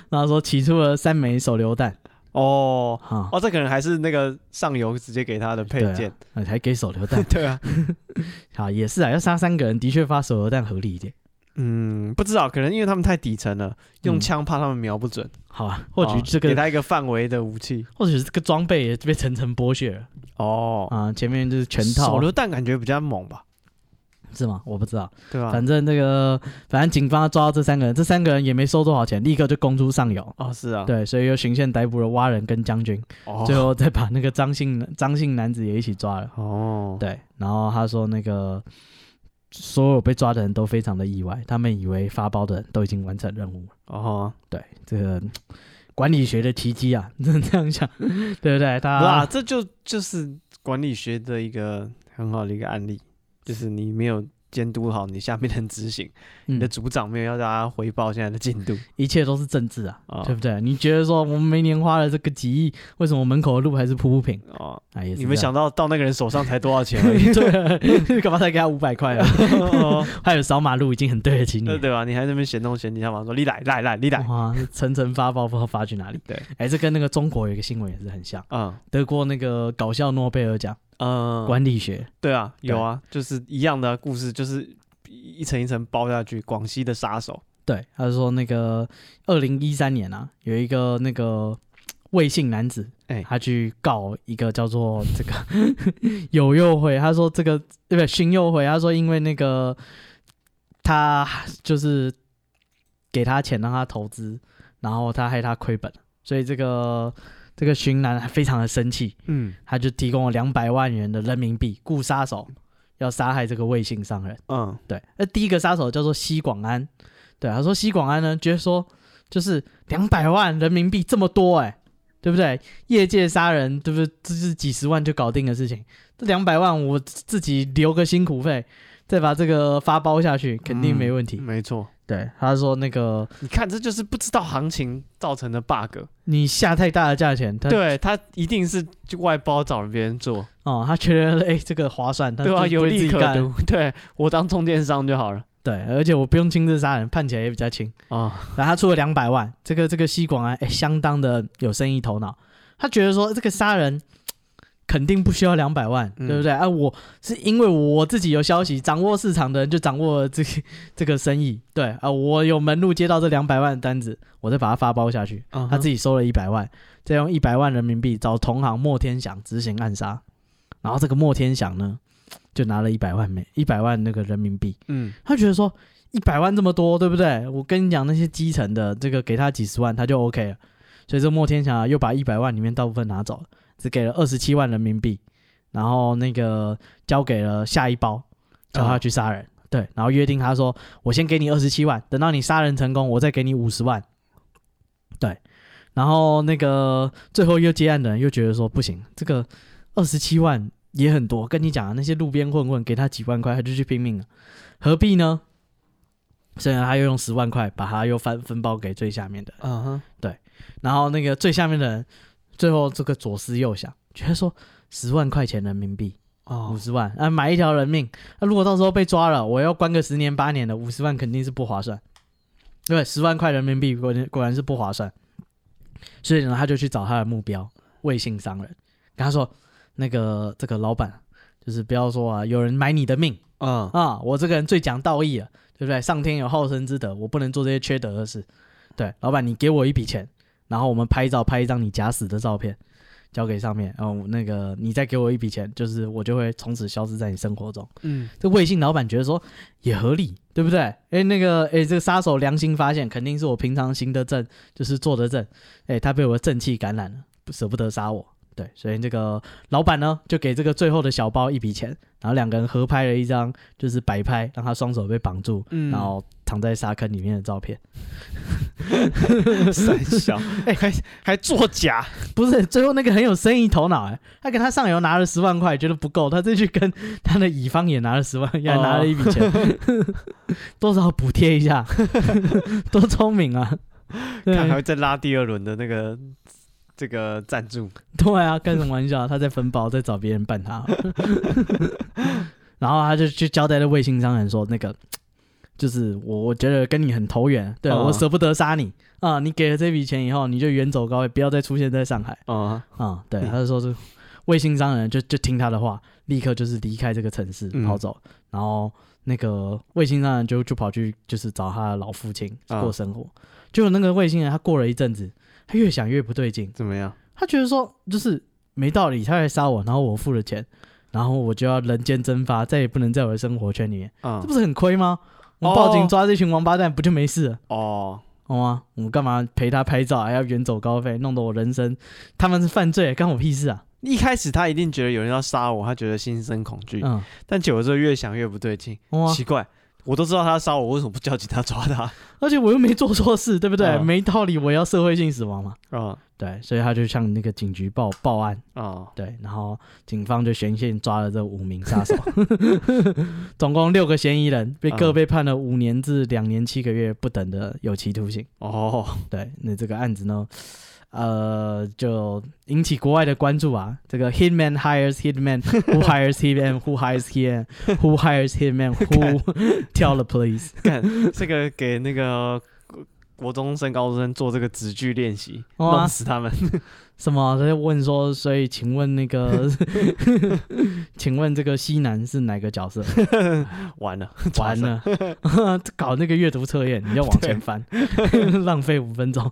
Speaker 2: 然后说起出了三枚手榴弹
Speaker 1: 哦。
Speaker 2: 啊，
Speaker 1: 哦，这可能还是那个上游直接给他的配
Speaker 2: 对啊
Speaker 1: 件，
Speaker 2: 呃还给手榴弹
Speaker 1: 对啊，
Speaker 2: 啊，也是啊，要杀三个人，的确发手榴弹合理一点。
Speaker 1: 嗯，不知道，可能因为他们太底层了，
Speaker 2: 嗯
Speaker 1: 用枪怕他们瞄不准，
Speaker 2: 好啊，或
Speaker 1: 哦
Speaker 2: 许这
Speaker 1: 给
Speaker 2: 个，
Speaker 1: 他一个范围的武器，
Speaker 2: 或许这个装备也被层层剥削了。
Speaker 1: 哦，
Speaker 2: 啊，前面就是全
Speaker 1: 手
Speaker 2: 套
Speaker 1: 榴弹感觉比较猛吧，
Speaker 2: 是吗？我不知道，
Speaker 1: 对吧？
Speaker 2: 反正那个反正警方抓到这三个人，这三个人也没收多少钱，立刻就供出上游。
Speaker 1: 哦，是啊，，
Speaker 2: 对，所以又循线逮捕了蛙人跟将军，
Speaker 1: 哦，
Speaker 2: 最后再把那个张姓张姓男子也一起抓了。
Speaker 1: 哦，
Speaker 2: 对，然后他说那个所有被抓的人都非常的意外，他们以为发包的人都已经完成任务了。
Speaker 1: 哦，
Speaker 2: 对，这个管理学的奇迹啊， 只能这样想，对不对？
Speaker 1: 不是啊，
Speaker 2: 他
Speaker 1: 这就就是管理学的一个很好的一个案例，就是你没有监督好你下面的人执行，你的
Speaker 2: 嗯、
Speaker 1: 组长没有要大家回报现在的进 度
Speaker 2: 一切都是政治啊，
Speaker 1: 啊
Speaker 2: 对，不对？你觉得说我们每年花了这个几亿，为什么门口的路还是铺不平？
Speaker 1: 哦，
Speaker 2: 啊，也是
Speaker 1: 你们
Speaker 2: 这样，
Speaker 1: 想到到那个人手上才多少钱而已
Speaker 2: 对， 干嘛才给他五百块啊？
Speaker 1: 哦
Speaker 2: 还有扫马路已经很对得起 你
Speaker 1: 对。对吧？你还在那边嫌东嫌西，他马上说你来来来你来，
Speaker 2: 哇，层层发包，不知道发去哪里。
Speaker 1: 对，
Speaker 2: 哎，这跟那个中国有一个新闻也是很像，
Speaker 1: 嗯
Speaker 2: 得过那个搞笑诺贝尔奖
Speaker 1: 嗯，
Speaker 2: 管理学。
Speaker 1: 对啊，
Speaker 2: 对
Speaker 1: 有啊，就是一样的故事，就是一层一层包下去。广西的杀手，
Speaker 2: 对，他说那个二零一三年啊，有一个那个魏姓男子，
Speaker 1: 哎
Speaker 2: 他去告一个叫做这个 友佑会，他说这个呃对不对？荀佑会，他说因为那个他就是给他钱让他投资，然后他害他亏本，所以这个。这个巡男非常的生气，
Speaker 1: 嗯
Speaker 2: 他就提供了两百万元的人民币雇杀手，要杀害这个魏姓商人。
Speaker 1: 嗯
Speaker 2: 对，那第一个杀手叫做西广安，对，啊他说西广安呢，觉得说就是两百万人民币这么多哎、对不对？业界杀人，对不对？这是几十万就搞定的事情，这两百万我自己留个辛苦费，再把这个发包下
Speaker 1: 嗯
Speaker 2: 去，肯定没问题。
Speaker 1: 没错。
Speaker 2: 对，他说那个
Speaker 1: 你看，这就是不知道行情造成的 bug。
Speaker 2: 你下太大的价钱，他
Speaker 1: 对呃他一定是就外包找别人做，
Speaker 2: 哦，他觉得 哎、这个划算，他
Speaker 1: 对吧、
Speaker 2: 就
Speaker 1: 有
Speaker 2: 不会自
Speaker 1: 利
Speaker 2: 己
Speaker 1: 可
Speaker 2: 干
Speaker 1: 图。 对我当中间商就好了
Speaker 2: 对，而且我不用亲自杀人，判起来也比较轻。
Speaker 1: 啊。
Speaker 2: 然后他出了两百万，这个这个西广安、哎，相当的有生意头脑，他觉得说这个杀人嘖肯定不需要两百万，
Speaker 1: 嗯
Speaker 2: 对不对？啊，我是因为我自己有消息，掌握市场的人就掌握了这个 这个生意，对啊，我有门路接到这两百万的单子，我再把它发包下去，他
Speaker 1: 他
Speaker 2: 自己收了一百万，再用一百万人民币找同行莫天祥执行暗杀，然后这个莫天祥呢，嘖就拿了一百万美一百万那个人民币，
Speaker 1: 嗯
Speaker 2: 他觉得说一百万这么多，对不对？我跟你讲，那些基层的，这个给他几十万他就 OK 了。所以这莫天祥啊又把一百万里面大部分拿走了，只给了二十七万人民币，然后那个交给了下一包，叫他去杀人。对，然后约定他说，我先给你二十七万，等到你杀人成功，我再给你五十万。对，然后那个最后又接案的人又觉得说不行，这个二十七万也很多，跟你讲啊，那些路边混混给他几万块，他就去拼命了，何必呢？所以他又用十万块把他又分分包给最下面的人，
Speaker 1: 嗯哼，
Speaker 2: 然后那个最下面的人最后这个左思右想，觉得说十万块钱人民币五
Speaker 1: 哦，
Speaker 2: 十万啊买一条人命，那、如果到时候被抓了，我要关个十年八年的，五十万肯定是不划算，对，十万块人民币果然果然是不划算，所以呢他就去找他的目标魏姓商人，跟他说那个这个老板就是不要说啊有人买你的命。
Speaker 1: 嗯
Speaker 2: 啊，我这个人最讲道义了，啊对不对？上天有好生之德，我不能做这些缺德的事。对，老板，你给我一笔钱，然后我们拍照，拍一张你假死的照片，交给上面，然后那个你再给我一笔钱，就是我就会从此消失在你生活中。
Speaker 1: 嗯
Speaker 2: 这魏姓老板觉得说也合理，对不对？哎，那个哎，这个杀手良心发现，肯定是我平常行得正，就是坐得正。哎，他被我的正气感染了，不舍不得杀我。对，所以这个老板呢，就给这个最后的小包一笔钱，然后两个人合拍了一张就是摆拍，让他双手被绑住，
Speaker 1: 嗯，
Speaker 2: 然后躺在沙坑里面的照片。
Speaker 1: 三小， 哎、还还作假，
Speaker 2: 不是，最后那个很有生意头脑哎，他跟他上游拿了十万块，觉得不够，他再去跟他的乙方也拿了十万，也拿了一笔钱，多少补贴一下， 多聪明啊！对
Speaker 1: 看还会再拉第二轮的那个这个赞助。
Speaker 2: 对啊，开什么玩笑？他在分包，在找别人办他。 然后他就去交代了卫星商人说，那个就是我，我觉得跟你很投缘，对、啊
Speaker 1: 嗯
Speaker 2: 我舍不得杀你啊、你给了这笔钱以后，你就远走高飞，不要再出现在上海。
Speaker 1: 啊、
Speaker 2: 啊、对，
Speaker 1: 嗯
Speaker 2: 他就说是卫星商人就就听他的话，立刻就是离开这个城市
Speaker 1: 嗯
Speaker 2: 跑走，然后那个卫星商人就就跑去就是找他的老父亲
Speaker 1: 啊
Speaker 2: 过生活，结果那个卫星人他过了一阵子，他越想越不对劲，
Speaker 1: 怎么样？
Speaker 2: 他觉得说就是没道理，他来杀我，然后我付了钱，然后我就要人间蒸发，再也不能在我的生活圈里面，
Speaker 1: 啊、哦嗯，
Speaker 2: 这不是很亏吗？我报警抓这群王八蛋不就没事了？
Speaker 1: 哦，
Speaker 2: 好吗？我干嘛陪他拍照，还要远走高飞，弄得我人生他们是犯罪，干我屁事啊！
Speaker 1: 一开始他一定觉得有人要杀我，他觉得心生恐惧，
Speaker 2: 嗯，
Speaker 1: 但久了之后越想越不对劲，
Speaker 2: 哇！
Speaker 1: 奇怪，我都知道他要杀我，为什么不叫警察抓他？
Speaker 2: 而且我又没做错事，对不对？
Speaker 1: 嗯
Speaker 2: 没道理我要社会性死亡嘛。
Speaker 1: 啊
Speaker 2: 对，所以他就向那个警局报报案，
Speaker 1: 啊
Speaker 2: 对，然后警方就悬线抓了这五名杀手，总共六个嫌疑人被各
Speaker 1: 嗯
Speaker 2: 被判了五年至两年七个月不等的有期徒刑。
Speaker 1: 哦，
Speaker 2: 对，那这个案子呢，呃，就引起国外的关注啊。这个 hitman hires hitman，who hires hitman，who hires hitman，who hires hitman，who 跳了 please。
Speaker 1: 干这个给那个国国中生、高中生做这个纸句练习，
Speaker 2: 哦啊
Speaker 1: 弄死他们。
Speaker 2: 什么？他就问说，所以请问那个， 请问这个西南是哪个角 色？
Speaker 1: 完了，
Speaker 2: 完了， 搞那个阅读测验，你要往 前翻，浪费五分钟。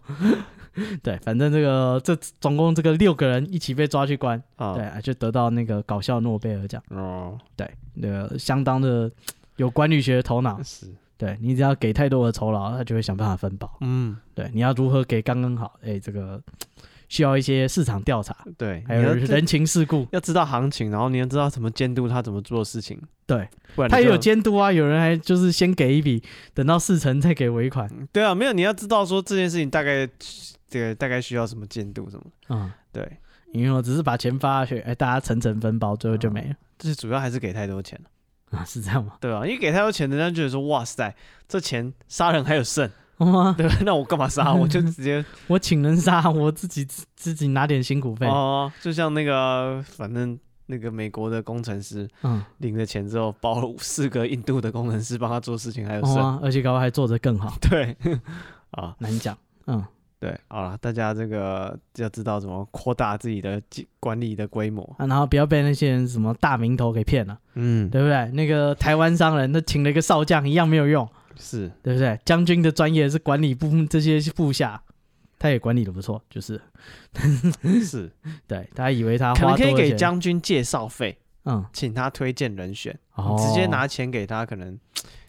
Speaker 2: 对，反正这个这总共这个六个人一起被抓去关，
Speaker 1: 啊，
Speaker 2: 对，就得到那个搞笑诺贝尔奖，
Speaker 1: 哦，
Speaker 2: 对，那个相当的有管理学的头 脑，
Speaker 1: 是，
Speaker 2: 对你只要给太多的酬劳，他就会想办法分包，
Speaker 1: 嗯，
Speaker 2: 对，你要如何给刚刚好，哎，这个需要一些市场调查，
Speaker 1: 对，
Speaker 2: 还
Speaker 1: 你
Speaker 2: 有
Speaker 1: 要
Speaker 2: 人情世故。
Speaker 1: 要知道行情，然后你要知道怎么监督他怎么做事情。
Speaker 2: 对，
Speaker 1: 不然你
Speaker 2: 他也
Speaker 1: 就
Speaker 2: 有监督啊，有人还就是先给一笔，等到四成再给尾款。
Speaker 1: 对啊，没有你要知道说这件事情大概这个大概需要什么监督什么。
Speaker 2: 嗯，
Speaker 1: 对，
Speaker 2: 因为我只是把钱发下去，哎，大家层层分包，最后就没了
Speaker 1: 就是主要还是给太多钱了，
Speaker 2: 啊，是这样吗？
Speaker 1: 对吧、因为给太多钱，人家觉得说哇塞，这钱杀人还有剩，
Speaker 2: 哇，
Speaker 1: 对吧？ 那我干嘛杀？我就直 接
Speaker 2: 我请人杀，我自己自自己拿点辛苦费。
Speaker 1: 哦，就像那个反正那个美国的工程师
Speaker 2: 嗯，
Speaker 1: 领了钱之后，包了四个印度的工程师帮他做事情还有剩，
Speaker 2: 哇，而且搞不好还做得更好，
Speaker 1: 对， 啊，
Speaker 2: 难讲。嗯，
Speaker 1: 对，好了，大家这个要知道怎么扩大自己的经管理的规模。
Speaker 2: 啊，然后不要被那些人什么大名头给骗了，
Speaker 1: 嗯，
Speaker 2: 对不对？那个台湾商人，他请了一个少将，一样没有用，
Speaker 1: 是，
Speaker 2: 对不对？将军的专业是管理部这些部下，他也管理的不错，就是
Speaker 1: 是，
Speaker 2: 对，他以为他
Speaker 1: 可
Speaker 2: 花
Speaker 1: 能可以
Speaker 2: 多了
Speaker 1: 给
Speaker 2: 钱
Speaker 1: 将军介绍费，
Speaker 2: 嗯，
Speaker 1: 请他推荐人选，
Speaker 2: 哦
Speaker 1: 直接拿钱给他，可能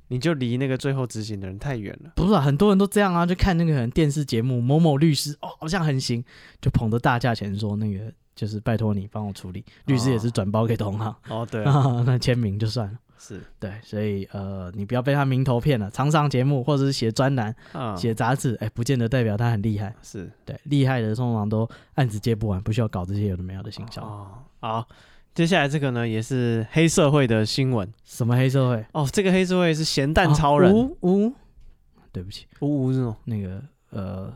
Speaker 1: 你就离那个最后执行的人太远了。
Speaker 2: 不是、啊、很多人都这样啊，就看那个可能电视节目某某律师哦，好像很行，就捧着大价钱说那个就是拜托你帮我处理，律师也是转包给同行，
Speaker 1: 哦，啊对啊，
Speaker 2: 啊， 那签名就算了。
Speaker 1: 是
Speaker 2: 对，所以呃，你不要被他名头骗了，常上节目或者是写专栏、
Speaker 1: 啊，
Speaker 2: 写杂志，哎，不见得代表他很厉害。
Speaker 1: 是
Speaker 2: 对，厉害的通常都案子接不完，不需要搞这些有的没有的行销。
Speaker 1: 哦，好，接下来这个呢也是黑社会的新闻
Speaker 2: 什么黑社会？
Speaker 1: 哦，这个黑社会是咸蛋
Speaker 2: 啊
Speaker 1: 超人，
Speaker 2: 吴吴，对不起，
Speaker 1: 呜呜这种
Speaker 2: 那个呃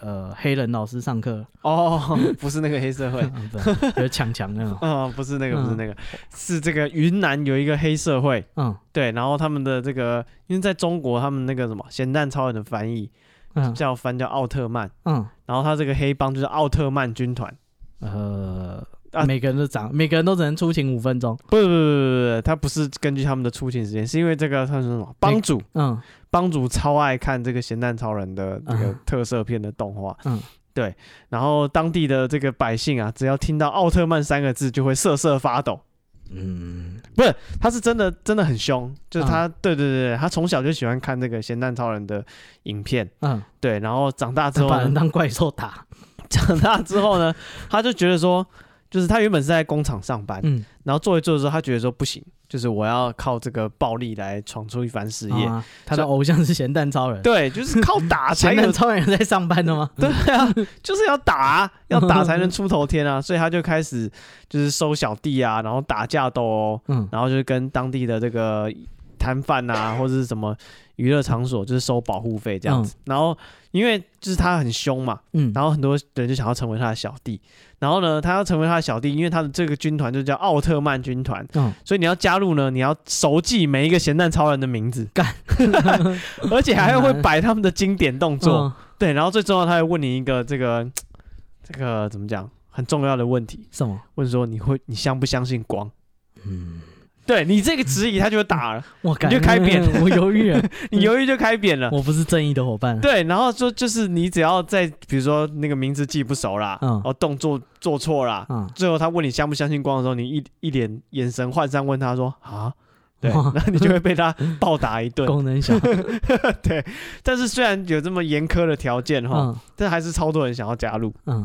Speaker 2: 呃，黑人老师上课，
Speaker 1: 哦， 不是那个黑社会，，
Speaker 2: 嗯 不有抢强那种
Speaker 1: 嗯，不是那个，不是
Speaker 2: 嗯
Speaker 1: 那个，是这个云南有一个黑社会，
Speaker 2: 嗯
Speaker 1: 对，然后他们的这个，因为在中国他们那个什么咸蛋超人的翻译
Speaker 2: 嗯
Speaker 1: 叫翻叫奥特曼，
Speaker 2: 嗯
Speaker 1: 然后他这个黑帮就是奥特曼军团，
Speaker 2: 呃
Speaker 1: 啊。
Speaker 2: 每个人都长，每个人都只能出勤五分钟。
Speaker 1: 不不不不不，他不是根据他们的出勤时间，是因为这个他是什么帮主，
Speaker 2: 嗯
Speaker 1: 帮主超爱看这个咸蛋超人的那个
Speaker 2: 嗯
Speaker 1: 特色片的动画，
Speaker 2: 嗯，
Speaker 1: 对，然后当地的这个百姓啊，只要听到奥特曼三个字就会瑟瑟发抖。
Speaker 2: 嗯，
Speaker 1: 他是真的真的很凶，就是他，对对对，他从小就喜欢看这个咸蛋超人的影片，
Speaker 2: 嗯，
Speaker 1: 对，然后长大之后
Speaker 2: 把人
Speaker 1: 呢，
Speaker 2: 当怪兽打。
Speaker 1: 长大之后呢，他就觉得说，就是他原本是在工厂上班，
Speaker 2: 嗯，
Speaker 1: 然后做一做的时候，他觉得说不行，就是我要靠这个暴力来闯出一番事业，
Speaker 2: 啊他的偶像是咸蛋超人。
Speaker 1: 对，就是靠打才
Speaker 2: 咸
Speaker 1: 能
Speaker 2: 蛋，超人有在上班的吗？
Speaker 1: 对啊，就是要打啊，要打才能出头天啊，所以他就开始就是收小弟啊，然后打架斗殴、
Speaker 2: 嗯
Speaker 1: 然后就是跟当地的这个摊贩啊，或者是什么娱乐场所，就是收保护费这样子。然后因为就是他很凶嘛，
Speaker 2: 嗯，
Speaker 1: 然后很多人就想要成为他的小弟。然后呢，他要成为他的小弟，因为他的这个军团就叫奥特曼军团，
Speaker 2: 嗯
Speaker 1: 所以你要加入呢，你要熟记每一个咸蛋超人的名字，
Speaker 2: 干，
Speaker 1: 而且还会摆他们的经典动作。
Speaker 2: 嗯
Speaker 1: 对，然后最重要，他会问你一个这个这个怎么讲很重要的问题，
Speaker 2: 什么？
Speaker 1: 问说你会你相不相信光？
Speaker 2: 嗯，
Speaker 1: 对你这个质疑，他就会打 了。
Speaker 2: 我感
Speaker 1: 你就开扁
Speaker 2: 我犹豫 了，
Speaker 1: 你犹豫就开扁了。
Speaker 2: 我不是正义的伙伴。
Speaker 1: 对，然后说就是你只要在比如说那个名字记不熟啦，
Speaker 2: 嗯
Speaker 1: 然后动作做错啦，
Speaker 2: 嗯，
Speaker 1: 最后他问你相不相信光的时候，你一一脸眼神涣散问他说啊， 对，
Speaker 2: 哇
Speaker 1: 然后你就会被他暴打一顿。
Speaker 2: 功能小，
Speaker 1: 对，但是虽然有这么严苛的条件哈，
Speaker 2: 嗯
Speaker 1: 但还是超多人想要加入。
Speaker 2: 嗯，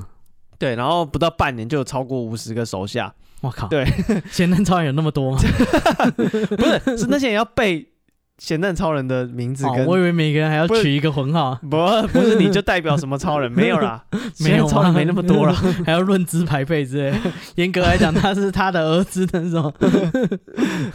Speaker 1: 对，然后不到半年就有超过五十个手 下，
Speaker 2: 我靠，
Speaker 1: 对，
Speaker 2: 咸蛋超人有那么多 吗？
Speaker 1: 不是是那些人要背咸蛋超人的名字
Speaker 2: 哦
Speaker 1: 跟。，
Speaker 2: 我以为每个人还要
Speaker 1: 不是
Speaker 2: 取一个混号，
Speaker 1: 不，不是你就代表什么超 人没有啦，
Speaker 2: 没有
Speaker 1: 咸蛋
Speaker 2: 啊
Speaker 1: 超人
Speaker 2: 吗
Speaker 1: 没那么多 啦。
Speaker 2: 还要论资排辈之类。严格来讲，他是他的儿子那种。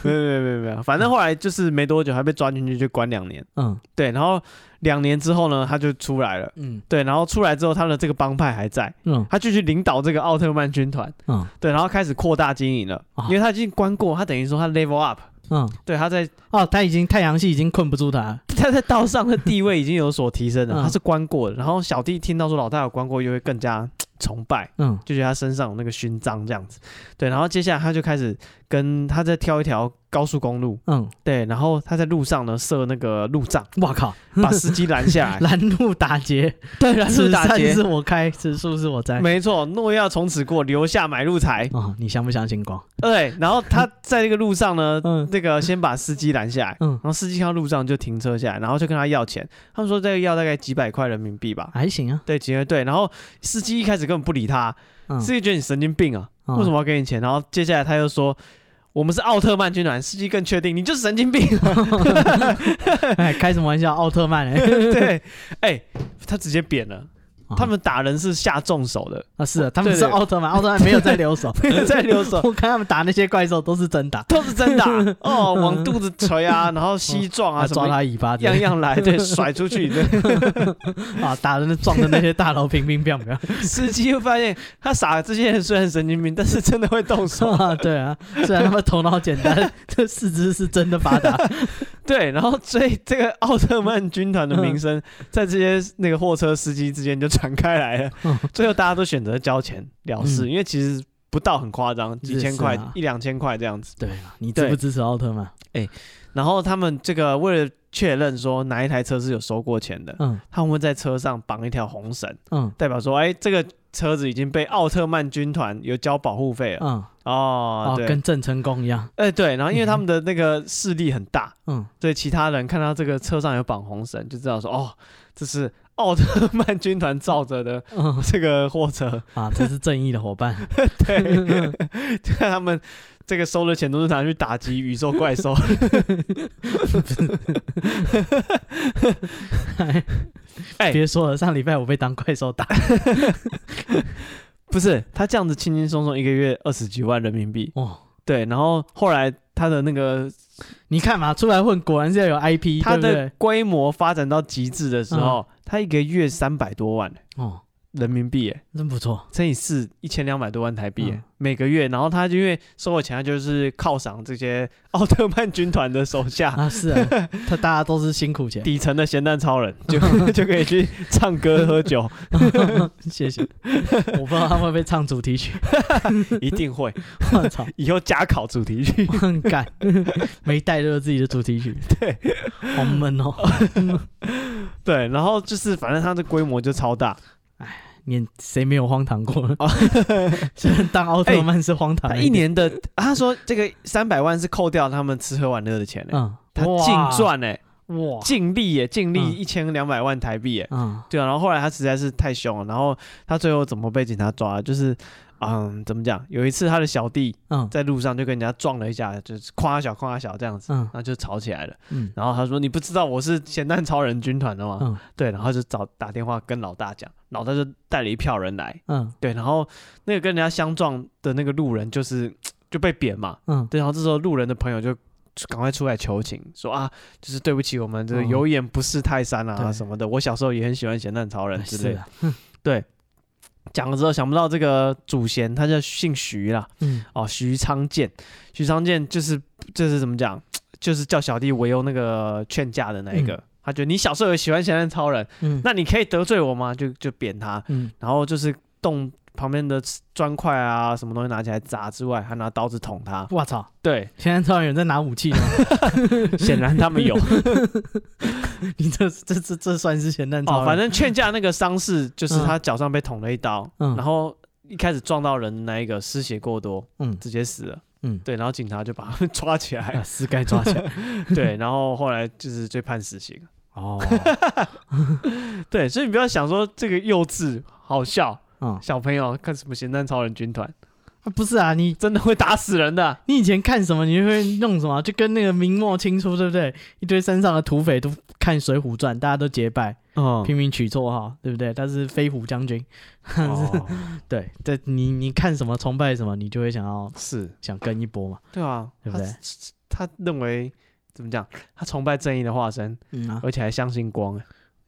Speaker 1: 没有没有没有没有，反正后来就是没多久，还被抓进去就关两年。
Speaker 2: 嗯
Speaker 1: 对，然后两年之后呢，他就出来了。
Speaker 2: 嗯
Speaker 1: 对，然后出来之后，他的这个帮派还在，
Speaker 2: 嗯
Speaker 1: 他继续领导这个奥特曼军团。
Speaker 2: 嗯
Speaker 1: 对，然后开始扩大经营了，
Speaker 2: 哦
Speaker 1: 因为他已经关过，他等于说他 level up。
Speaker 2: 嗯，
Speaker 1: 对，他在
Speaker 2: 哦，他已经太阳系已经困不住他了。
Speaker 1: 他在道上的地位已经有所提升了，
Speaker 2: 嗯
Speaker 1: 他是关过的。然后小弟听到说老大有关过，又会更加崇拜，
Speaker 2: 嗯
Speaker 1: 就觉得他身上有那个勋章这样子。对，然后接下来他就开始跟他在挑一条高速公路，
Speaker 2: 嗯，
Speaker 1: 对，然后他在路上呢设那个路障，
Speaker 2: 哇靠，
Speaker 1: 把司机拦下来，
Speaker 2: 拦路打劫，
Speaker 1: 对，哎拦路打
Speaker 2: 此山
Speaker 1: 劫
Speaker 2: 是，我开，此树是我栽。
Speaker 1: 没错，诺亚从此过，留下买路财，
Speaker 2: 哦，你相不相信光？
Speaker 1: 对，然后他在这个路上呢，
Speaker 2: 嗯
Speaker 1: 那个先把司机拦下来，
Speaker 2: 嗯
Speaker 1: 然，后司机看到路上就停车下来，然后就跟他要钱，他们说这个要大概几百块人民币吧。
Speaker 2: 还行啊。
Speaker 1: 对，几个对，然后司机一开始根本不理他，
Speaker 2: 嗯，
Speaker 1: 司机觉得你神经病啊，
Speaker 2: 嗯
Speaker 1: 为什么要给你钱？然后接下来他又说，我们是奥特曼军团，司机更确定你就是神经病、啊。
Speaker 2: 哎，开什么玩笑？奥特曼 哎、
Speaker 1: 对，哎、他直接扁了，
Speaker 2: 啊
Speaker 1: 他们打人是下重手 的，
Speaker 2: 啊，是啊，他们
Speaker 1: 对
Speaker 2: 是
Speaker 1: 对
Speaker 2: 奥特曼，奥特曼没有在留手，
Speaker 1: 没有在留手。
Speaker 2: 我看他们打那些怪兽都是 真打，
Speaker 1: 都是真的 啊、哦，往肚子捶啊，然后膝撞啊，
Speaker 2: 啊，
Speaker 1: 什
Speaker 2: 抓
Speaker 1: 么
Speaker 2: 嗯他尾巴之
Speaker 1: 样
Speaker 2: 类的，
Speaker 1: 样来，对，甩出去， 对，
Speaker 2: 啊，打的那撞的那些大楼乒乒乓 乓，
Speaker 1: 司机会发现他傻，这些人虽然神经病，但是真的会动手。
Speaker 2: 啊，对啊，虽然他们头脑简单， 这四肢是真 的发达，
Speaker 1: 对，然后所以这个奥特曼军团的
Speaker 2: 嗯
Speaker 1: 名声在这些那个货车司机之间就传开来了
Speaker 2: 嗯，
Speaker 1: 最后大家都选择交钱了事，
Speaker 2: 嗯
Speaker 1: 因为其实不到很夸张，几千块
Speaker 2: 是啊、
Speaker 1: 一两千块这样子。
Speaker 2: 对啊，你支不
Speaker 1: 对
Speaker 2: 支持奥特曼？
Speaker 1: 然后他们这个为了确认说哪一台车是有收过钱的，
Speaker 2: 嗯
Speaker 1: 他们会在车上绑一条红绳，
Speaker 2: 嗯
Speaker 1: 代表说，哎，这个车子已经被奥特曼军团有交保护费了。
Speaker 2: 嗯，
Speaker 1: 哦
Speaker 2: 哦，，
Speaker 1: 对，
Speaker 2: 跟嗯郑成功一样，
Speaker 1: 哎对，然后因为他们的那个势力很大，
Speaker 2: 嗯，
Speaker 1: 对其他人看到这个车上有绑红绳，就知道说哦，这是奥特 曼军团造着的
Speaker 2: 嗯
Speaker 1: 这个货车，
Speaker 2: 啊，这是正义的伙伴，嗯
Speaker 1: 对，看他们这个收的钱都是拿去打击宇宙怪兽， 哎
Speaker 2: 别说了，上礼拜我被当怪兽打，
Speaker 1: 不是他这样子轻轻松松一个月二十几万人民币，
Speaker 2: 哦，
Speaker 1: 对，然后后来他的那个
Speaker 2: 你看嘛，出来混果然是要有 IP，
Speaker 1: 他
Speaker 2: 对不
Speaker 1: 的
Speaker 2: 对？嗯
Speaker 1: 规模发展到极致的时候，他一个月三百多万
Speaker 2: 哦，
Speaker 1: 人民币耶，
Speaker 2: 真不错，
Speaker 1: 乘以四，一千两百多万台币耶、
Speaker 2: 嗯
Speaker 1: 每个月。然后他就因为收了钱，他就是犒赏这些奥特曼军团的手 下。
Speaker 2: 啊，是 啊，他大家都是辛苦钱，
Speaker 1: 底层的咸蛋超人就 就可以去唱歌喝酒，
Speaker 2: 谢谢。我不知道他们会不会唱主题曲，
Speaker 1: 一定会
Speaker 2: 我操，
Speaker 1: 以后加考主题曲。
Speaker 2: 我很敢，没带就是自己的主题曲，对，好闷 哦。
Speaker 1: 对，然后就是反正它的规模就超大，
Speaker 2: 你谁没有荒 唐过？虽然当奥特曼是荒唐
Speaker 1: 哎他
Speaker 2: 的
Speaker 1: 一，年的他说这个三百万是扣掉他们吃喝玩乐的钱、欸，
Speaker 2: 嗯，
Speaker 1: 他
Speaker 2: 哇
Speaker 1: 净赚哎，
Speaker 2: 哇，
Speaker 1: 净利耶，净利
Speaker 2: 嗯
Speaker 1: 一千两百万台币耶、
Speaker 2: 嗯
Speaker 1: 对啊，然后后来他实在是太凶了，然后他最后怎么被警察抓了？就是，嗯，怎么讲？有一次他的小弟
Speaker 2: 嗯
Speaker 1: 在路上就跟人家撞了一架，就是夸他小夸他小这样子，
Speaker 2: 嗯
Speaker 1: 然后就吵起来了。
Speaker 2: 嗯
Speaker 1: 然后他说：“你不知道我是咸蛋超人军团的吗？”
Speaker 2: 嗯
Speaker 1: 对，然后就找打电话跟老大讲，老大就带了一票人来。
Speaker 2: 嗯
Speaker 1: 对，然后那个跟人家相撞的那个路人就是就被扁嘛。
Speaker 2: 嗯，
Speaker 1: 对，然后这时候路人的朋友就赶快出来求情，说啊，就是对不起，我们这个
Speaker 2: 嗯
Speaker 1: 有眼不识泰山啊
Speaker 2: 对
Speaker 1: 什么的。我小时候也很喜欢咸蛋超人之
Speaker 2: 是
Speaker 1: 类的。
Speaker 2: 啊，
Speaker 1: 讲了之后，想不到这个祖先他叫姓徐啦，
Speaker 2: 嗯
Speaker 1: 哦，徐昌建，徐昌建就是就是怎么讲，就是叫小弟唯有那个劝架的那一个。
Speaker 2: 嗯
Speaker 1: 他觉得你小时候也喜欢咸蛋超人，
Speaker 2: 嗯
Speaker 1: 那你可以得罪我吗？就就扁他，
Speaker 2: 嗯
Speaker 1: 然后就是动旁边的砖块啊，什么东西拿起来砸之外，还拿刀子捅他。
Speaker 2: 我操！
Speaker 1: 对，
Speaker 2: 现在突然有人在拿武器吗？
Speaker 1: 显然他们有。
Speaker 2: 你这这这这算是咸蛋超
Speaker 1: 哦，
Speaker 2: 人？
Speaker 1: 反正劝架那个伤势就是他脚上被捅了一刀，
Speaker 2: 嗯
Speaker 1: 然后一开始撞到人的那一个失血过多，
Speaker 2: 嗯
Speaker 1: 直接死了。
Speaker 2: 嗯，
Speaker 1: 对，然后警察就 把他们抓起
Speaker 2: 啊
Speaker 1: 来，
Speaker 2: 是该抓起来
Speaker 1: 对，然后后来就是被判死刑。
Speaker 2: 哦。
Speaker 1: 对，所以你不要想说这个幼稚好笑，
Speaker 2: 嗯，
Speaker 1: 小朋友看什么咸蛋超人军团，
Speaker 2: 啊不是啊，你
Speaker 1: 真的会打死人的。
Speaker 2: 你以前看什么，你就会弄什么，就跟那个明末清初，对不对？一堆山上的土匪都看《水浒传》，大家都结拜，
Speaker 1: 嗯，
Speaker 2: 拼命取绰号，对不对？他是飞虎将军，
Speaker 1: 哦、
Speaker 2: 对，对，你你看什么崇拜什么，你就会想要
Speaker 1: 是，
Speaker 2: 想跟一波嘛，
Speaker 1: 对啊，
Speaker 2: 对不对
Speaker 1: 他他认为怎么讲？他崇拜正义的化身，
Speaker 2: 嗯啊。
Speaker 1: 而且还相信光。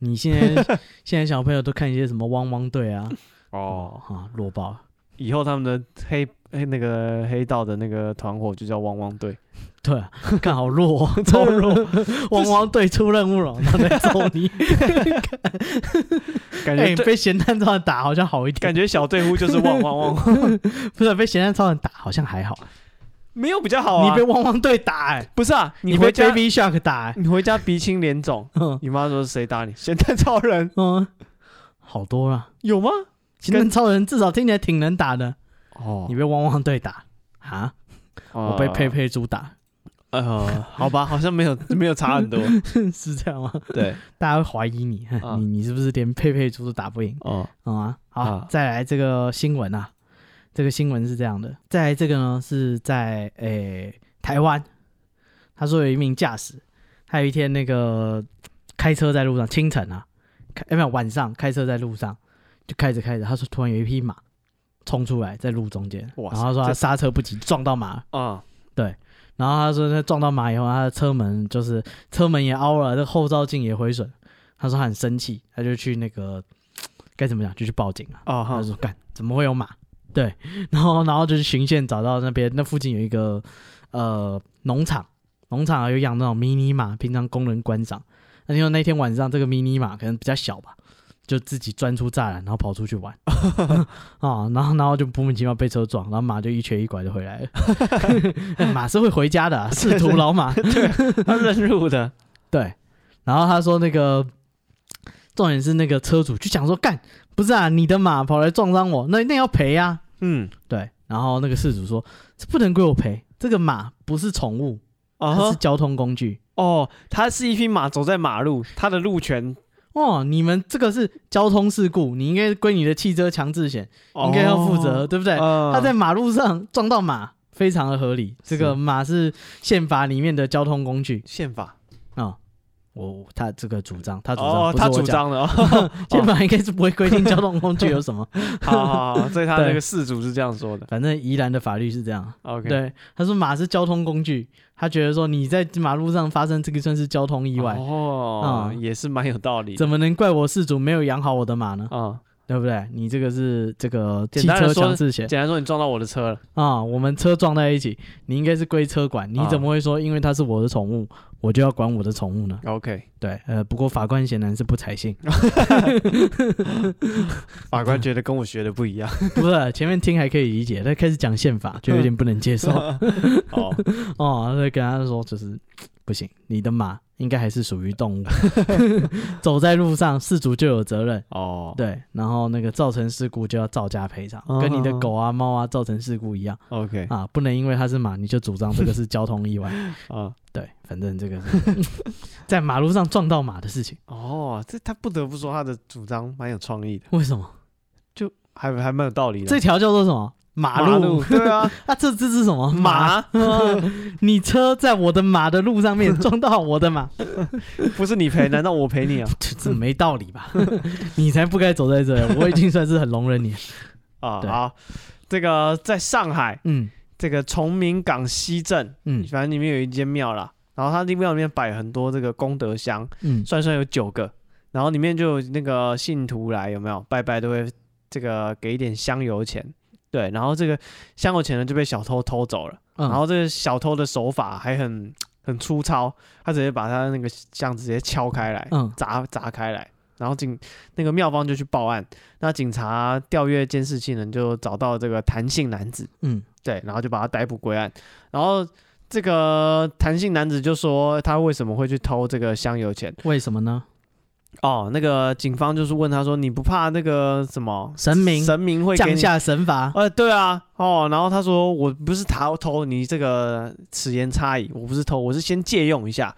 Speaker 2: 你 现在现在小朋友都看一些什么汪汪队啊，
Speaker 1: 哦，
Speaker 2: 啊，弱爆了，
Speaker 1: 以后他们的黑黑那个黑道的那个团伙就叫汪汪 队。
Speaker 2: 对啊，看好 弱、哦，超弱，汪汪队出任务了，他在揍你，
Speaker 1: 感觉
Speaker 2: 哎、
Speaker 1: 对、
Speaker 2: 被咸蛋超人打好像好一点，
Speaker 1: 感觉小队呼就是汪汪汪。
Speaker 2: 不是被咸蛋超人打好像还好，
Speaker 1: 没有比较好
Speaker 2: 你
Speaker 1: 啊
Speaker 2: 被。汪汪队打哎、
Speaker 1: 不是啊，
Speaker 2: 你
Speaker 1: 回
Speaker 2: 被
Speaker 1: 家
Speaker 2: Baby Shark 打哎、
Speaker 1: 你回家鼻青脸 肿，
Speaker 2: 嗯
Speaker 1: 你妈说谁打你？咸蛋超人
Speaker 2: 嗯，好多了。
Speaker 1: 有吗？
Speaker 2: 行人超人至少听起来挺能打的，
Speaker 1: 哦
Speaker 2: 你被汪汪队打啊？我被佩佩猪打，
Speaker 1: 呃，好吧，好像没有没有差很 多。
Speaker 2: 是这样吗？
Speaker 1: 对，
Speaker 2: 大家会怀疑你，
Speaker 1: 啊
Speaker 2: 你你是不是连佩佩猪都打不赢？
Speaker 1: 哦，
Speaker 2: 嗯啊，好，
Speaker 1: 啊
Speaker 2: 再来这个新闻啊，这个新闻是这样的，再来这个呢是在诶、台湾，他说有一名驾驶，他有一天那个开车在路上，清晨啊，开哎没有晚上开车在路上就开着开着，他说突然有一匹马冲出来在路中间，
Speaker 1: 哇
Speaker 2: 然
Speaker 1: 塞
Speaker 2: 后他说他
Speaker 1: 这
Speaker 2: 刹车不及撞到马，
Speaker 1: 啊，
Speaker 2: 然后他说他撞到马以后，他的车门就是车门也凹了，这后照镜也毁损，他说他很生气，他就去那个该怎么讲就去报警啊。
Speaker 1: 哦，
Speaker 2: 他
Speaker 1: 哈
Speaker 2: 就说干怎么会有马？对，然后然后就是循线找到那边，那附近有一个呃农场，农场啊有养那种迷你马，平常供人观赏。那因为那天晚上这个迷你马可能比较小吧，就自己钻出栅栏，然后跑出去玩啊、然后然后就莫名其妙被车撞，然后马就一瘸一拐的回 来了。马是会回家的、啊，仕途老马。
Speaker 1: 他认路的，
Speaker 2: 对，然后他说那个重点是那个车主就想说，干不是啊，你的马跑来撞伤我，那那要赔啊。
Speaker 1: 嗯，
Speaker 2: 对，然后那个事主说，这不能归我赔，这个马不是宠物，
Speaker 1: 啊
Speaker 2: 它是
Speaker 1: 哈，
Speaker 2: 交通工具。
Speaker 1: 哦，他是一匹马走在马路，他的路权
Speaker 2: 哦，你们这个是交通事故，你应该归你的汽车强制险
Speaker 1: 哦
Speaker 2: 应该要负责，，对不对？
Speaker 1: 他
Speaker 2: 他在马路上撞到马，非常的合理。这个
Speaker 1: 是
Speaker 2: 马是宪法里面的交通工具
Speaker 1: 宪法，
Speaker 2: 啊、我他这个主张，他主张，
Speaker 1: 哦，
Speaker 2: 不是
Speaker 1: 他
Speaker 2: 我
Speaker 1: 主
Speaker 2: 讲
Speaker 1: 张的，哦
Speaker 2: 宪法应该是不会规 定交通工具有什么，
Speaker 1: 好好好，所以他
Speaker 2: 对
Speaker 1: 那个事主是这样说的
Speaker 2: 反正宜兰的法律是这样。
Speaker 1: ，OK，，
Speaker 2: 对，他说马是交通工具，他觉得说你在马路上发生这个算是交通意外，
Speaker 1: 哦，
Speaker 2: 嗯
Speaker 1: 也是蛮有道理的，
Speaker 2: 怎么能怪我事主没有养好我的马呢？
Speaker 1: 啊，
Speaker 2: 对不对？你这个是这个
Speaker 1: 简
Speaker 2: 汽
Speaker 1: 单地
Speaker 2: 车
Speaker 1: 说
Speaker 2: 强制险
Speaker 1: 简单说，你撞到我的车了，
Speaker 2: 啊、我们车撞在一起，你应该是归车管，你
Speaker 1: 啊
Speaker 2: 怎么会说因为它是我的宠物，我就要管我的宠物呢？
Speaker 1: ，OK，
Speaker 2: 对，呃，不过法官显然是不 采信，
Speaker 1: 法官觉得跟我学的不一样，
Speaker 2: 不是啊前面听还可以理解，他开始讲宪法就有点不能接受。
Speaker 1: 哦，
Speaker 2: 哦，他就跟他说，就是不行，你的马应该还是属于 动物，走在路上，事主就有责任。
Speaker 1: 哦，
Speaker 2: 对，然后那个造成事故就要照价赔偿，跟
Speaker 1: 嗯
Speaker 2: 你的狗啊、猫啊造成事故一样
Speaker 1: ，OK，
Speaker 2: 啊，不能因为它是马你就主张这个是交通意 外。
Speaker 1: 啊，
Speaker 2: 对，反正这个是在马路上撞到马的事情，
Speaker 1: 哦，这他不得不说他的主张蛮有创意的，
Speaker 2: 为什么？
Speaker 1: 还还蛮有道理的，
Speaker 2: 这条叫做什么？马路
Speaker 1: 对啊，
Speaker 2: 啊，这这是什么？ 啊
Speaker 1: 马
Speaker 2: 你车在我的马的路上面撞到我的马，
Speaker 1: 不是你赔，难道我赔你啊？
Speaker 2: 这这没道理吧？ 你才不该走在这，我已经算是很容忍你了。
Speaker 1: 啊，
Speaker 2: 对
Speaker 1: 好，这个在上海
Speaker 2: 嗯
Speaker 1: 这个崇明港西镇，
Speaker 2: 嗯
Speaker 1: 反正里面有一间庙啦，然后它那庙里面摆很多这个功德箱，
Speaker 2: 嗯
Speaker 1: 算算有九个，然后里面就有那个信徒来有没有拜拜都会这个给一点香油钱。对，然后这个香油钱呢就被小偷偷走了，
Speaker 2: 嗯，
Speaker 1: 然后这个小偷的手法还很很粗糙，他直接把他那个箱子直接敲开来，
Speaker 2: 嗯
Speaker 1: 砸砸开来，然后警那个妙方就去报案，那警察调阅监视器呢，就找到这个谭姓男子，
Speaker 2: 嗯
Speaker 1: 对，然后就把他逮捕归案，然后这个谭姓男子就说他为什么会去偷这个香油钱
Speaker 2: 为什么呢？
Speaker 1: 哦，那个警方就是问他说你不怕那个什么
Speaker 2: 神明
Speaker 1: 神明会给
Speaker 2: 降
Speaker 1: 你
Speaker 2: 下神罚，
Speaker 1: 呃，对啊，哦，然后他说我不是偷偷，你这个此言差矣，我不是偷，我是先借用一下，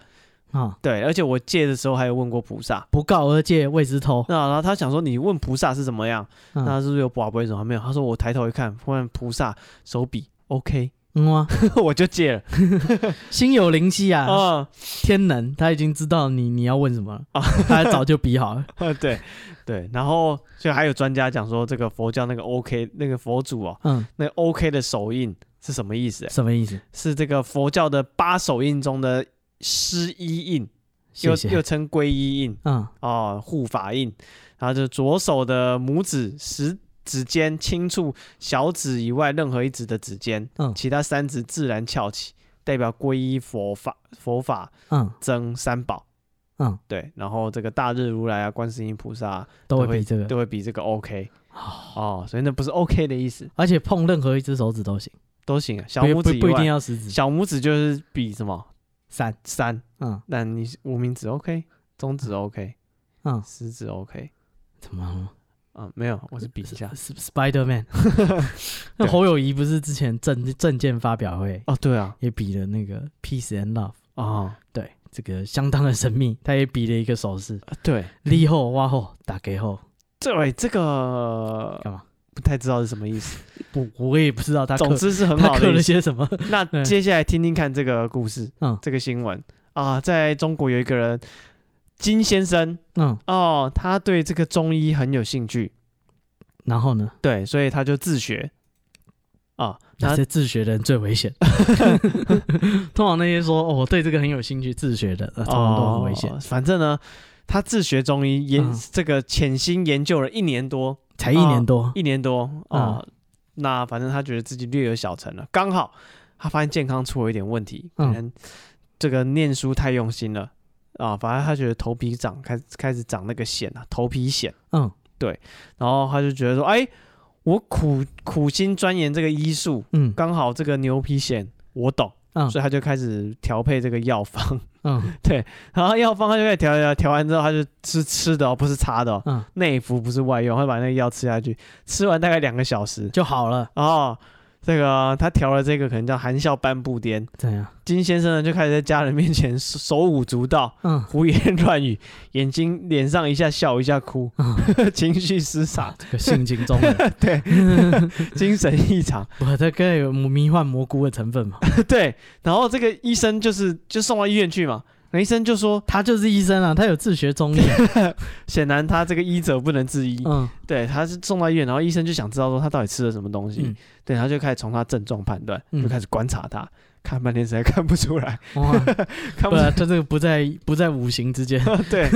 Speaker 2: 啊，
Speaker 1: 对，而且我借的时候还有问过菩萨，
Speaker 2: 不告而戒谓之偷。
Speaker 1: 那然后他想说你问菩萨是怎么样，
Speaker 2: 嗯
Speaker 1: 那是不是有宝贝什么没有？他说我抬头一看，忽然菩萨手比 OK，
Speaker 2: 嗯啊，
Speaker 1: 我就借了，
Speaker 2: 心有灵犀啊，
Speaker 1: 嗯，
Speaker 2: 天能，他已经知道你你要问什么
Speaker 1: 啊
Speaker 2: 了，他早就比 好了。
Speaker 1: 嗯对对，然后所以还有专家讲说这个佛教那个 OK 那个佛祖哦，
Speaker 2: 嗯，
Speaker 1: 那个 OK 的手印是什么意思？欸
Speaker 2: 什么意思？
Speaker 1: 是这个佛教的八手印中的施衣印。
Speaker 2: 谢
Speaker 1: 又
Speaker 2: 谢
Speaker 1: 又。称皈依印
Speaker 2: 嗯
Speaker 1: 哦，护法印，然后就左手的拇指、食指尖轻触小指以外任何一指的指尖，
Speaker 2: 嗯
Speaker 1: 其他三指自然翘起，代表皈依佛法、佛法
Speaker 2: 嗯
Speaker 1: 增三宝。
Speaker 2: 嗯，
Speaker 1: 对，然后这个大日如来啊、观世音菩萨啊、
Speaker 2: 都
Speaker 1: 都
Speaker 2: 会比这个，
Speaker 1: 都会比这个 OK 哦哦所以那不是 OK 的意思
Speaker 2: 而且碰任何一只手指都行。
Speaker 1: 都行啊，小
Speaker 2: 不
Speaker 1: 拇
Speaker 2: 不
Speaker 1: 指
Speaker 2: 不
Speaker 1: 以
Speaker 2: 一定
Speaker 1: 外，
Speaker 2: 要食指，
Speaker 1: 小拇指就是比什么
Speaker 2: 三，
Speaker 1: 三，
Speaker 2: 嗯
Speaker 1: 那你无名指 OK，中指 OK，
Speaker 2: 嗯，
Speaker 1: 食指 OK，
Speaker 2: 怎么了
Speaker 1: 嗯，没有，我是比一 下。
Speaker 2: ？Sp- ？Spider Man，那
Speaker 1: 对
Speaker 2: 侯友谊不是之前证证件发表会
Speaker 1: 哦，对啊，
Speaker 2: 也比了那个 Peace and Love，
Speaker 1: 啊，
Speaker 2: 对，这个相当的神秘，他也比了一个 手势，
Speaker 1: 对
Speaker 2: 立后挖后打给后
Speaker 1: 对，这个
Speaker 2: 干嘛？
Speaker 1: 不太知道是什么意思。
Speaker 2: 不，我也不知道他刻
Speaker 1: 总之是很
Speaker 2: 他
Speaker 1: 好
Speaker 2: 刻
Speaker 1: 的意
Speaker 2: 了
Speaker 1: 思。
Speaker 2: 些什么，
Speaker 1: 那
Speaker 2: 对
Speaker 1: 接下来听听看这个故事，
Speaker 2: 嗯
Speaker 1: 这个新闻啊，在中国有一个人金先生
Speaker 2: 嗯，
Speaker 1: 哦，他对这个中医很有兴趣，
Speaker 2: 然后呢？
Speaker 1: 对，所以他就自学啊，
Speaker 2: 那
Speaker 1: 他
Speaker 2: 些自学的人最危险。 通常那些说哦，我对这个很有兴趣自学的，呃、通常都很危险，
Speaker 1: 哦反正呢，他自学中医研、
Speaker 2: 嗯
Speaker 1: 这个潜心研究了一年多，
Speaker 2: 才一年多，
Speaker 1: 一年多
Speaker 2: 嗯
Speaker 1: 啊、哦那反正他觉得自己略有小成了，刚好他发现健康出了一点问题，可
Speaker 2: 嗯
Speaker 1: 能这个念书太用心了啊、反正他觉得头皮长开开始长那个癣啊，头皮癣，
Speaker 2: 嗯
Speaker 1: 然后他就觉得说，哎，我苦苦心钻研这个医术，
Speaker 2: 嗯
Speaker 1: 刚好这个牛皮癣我懂，
Speaker 2: 嗯
Speaker 1: 所以他就开始调配这个药方。
Speaker 2: 嗯
Speaker 1: 然后药方他就开始调调调完之后，他就吃吃的哦，不是擦的哦，
Speaker 2: 嗯，
Speaker 1: 内服不是外用，他把那个药吃下去，吃完大概两个小时
Speaker 2: 就好了，
Speaker 1: 哦，这个他调了这个可能叫含笑半步癫，
Speaker 2: 怎样？
Speaker 1: 金先生呢就开始在家人面前手手舞足蹈，
Speaker 2: 嗯，
Speaker 1: 胡言乱语，眼睛脸上一下笑一下哭， 情绪失常，
Speaker 2: 这个性情中 人，
Speaker 1: 嗯 对， 精神异常，
Speaker 2: 我这个有迷幻蘑菇的成分嘛？
Speaker 1: 对，然后这个医生就是就送到医院去嘛，那医生就说，
Speaker 2: 他就是医生啊，他有自学中医啊、
Speaker 1: 显然他这个医者不能自医，
Speaker 2: 嗯
Speaker 1: 对，他是送到医院，然后医生就想知道说他到底吃了什么东西，
Speaker 2: 嗯
Speaker 1: 对，他就开始从他症状判断，
Speaker 2: 嗯
Speaker 1: 就开始观察他，看半天实在看不出来，
Speaker 2: 哇，
Speaker 1: 看
Speaker 2: 不
Speaker 1: 不出
Speaker 2: 然
Speaker 1: 来，
Speaker 2: 嗯啊他这个不在不在五行之间。
Speaker 1: 对，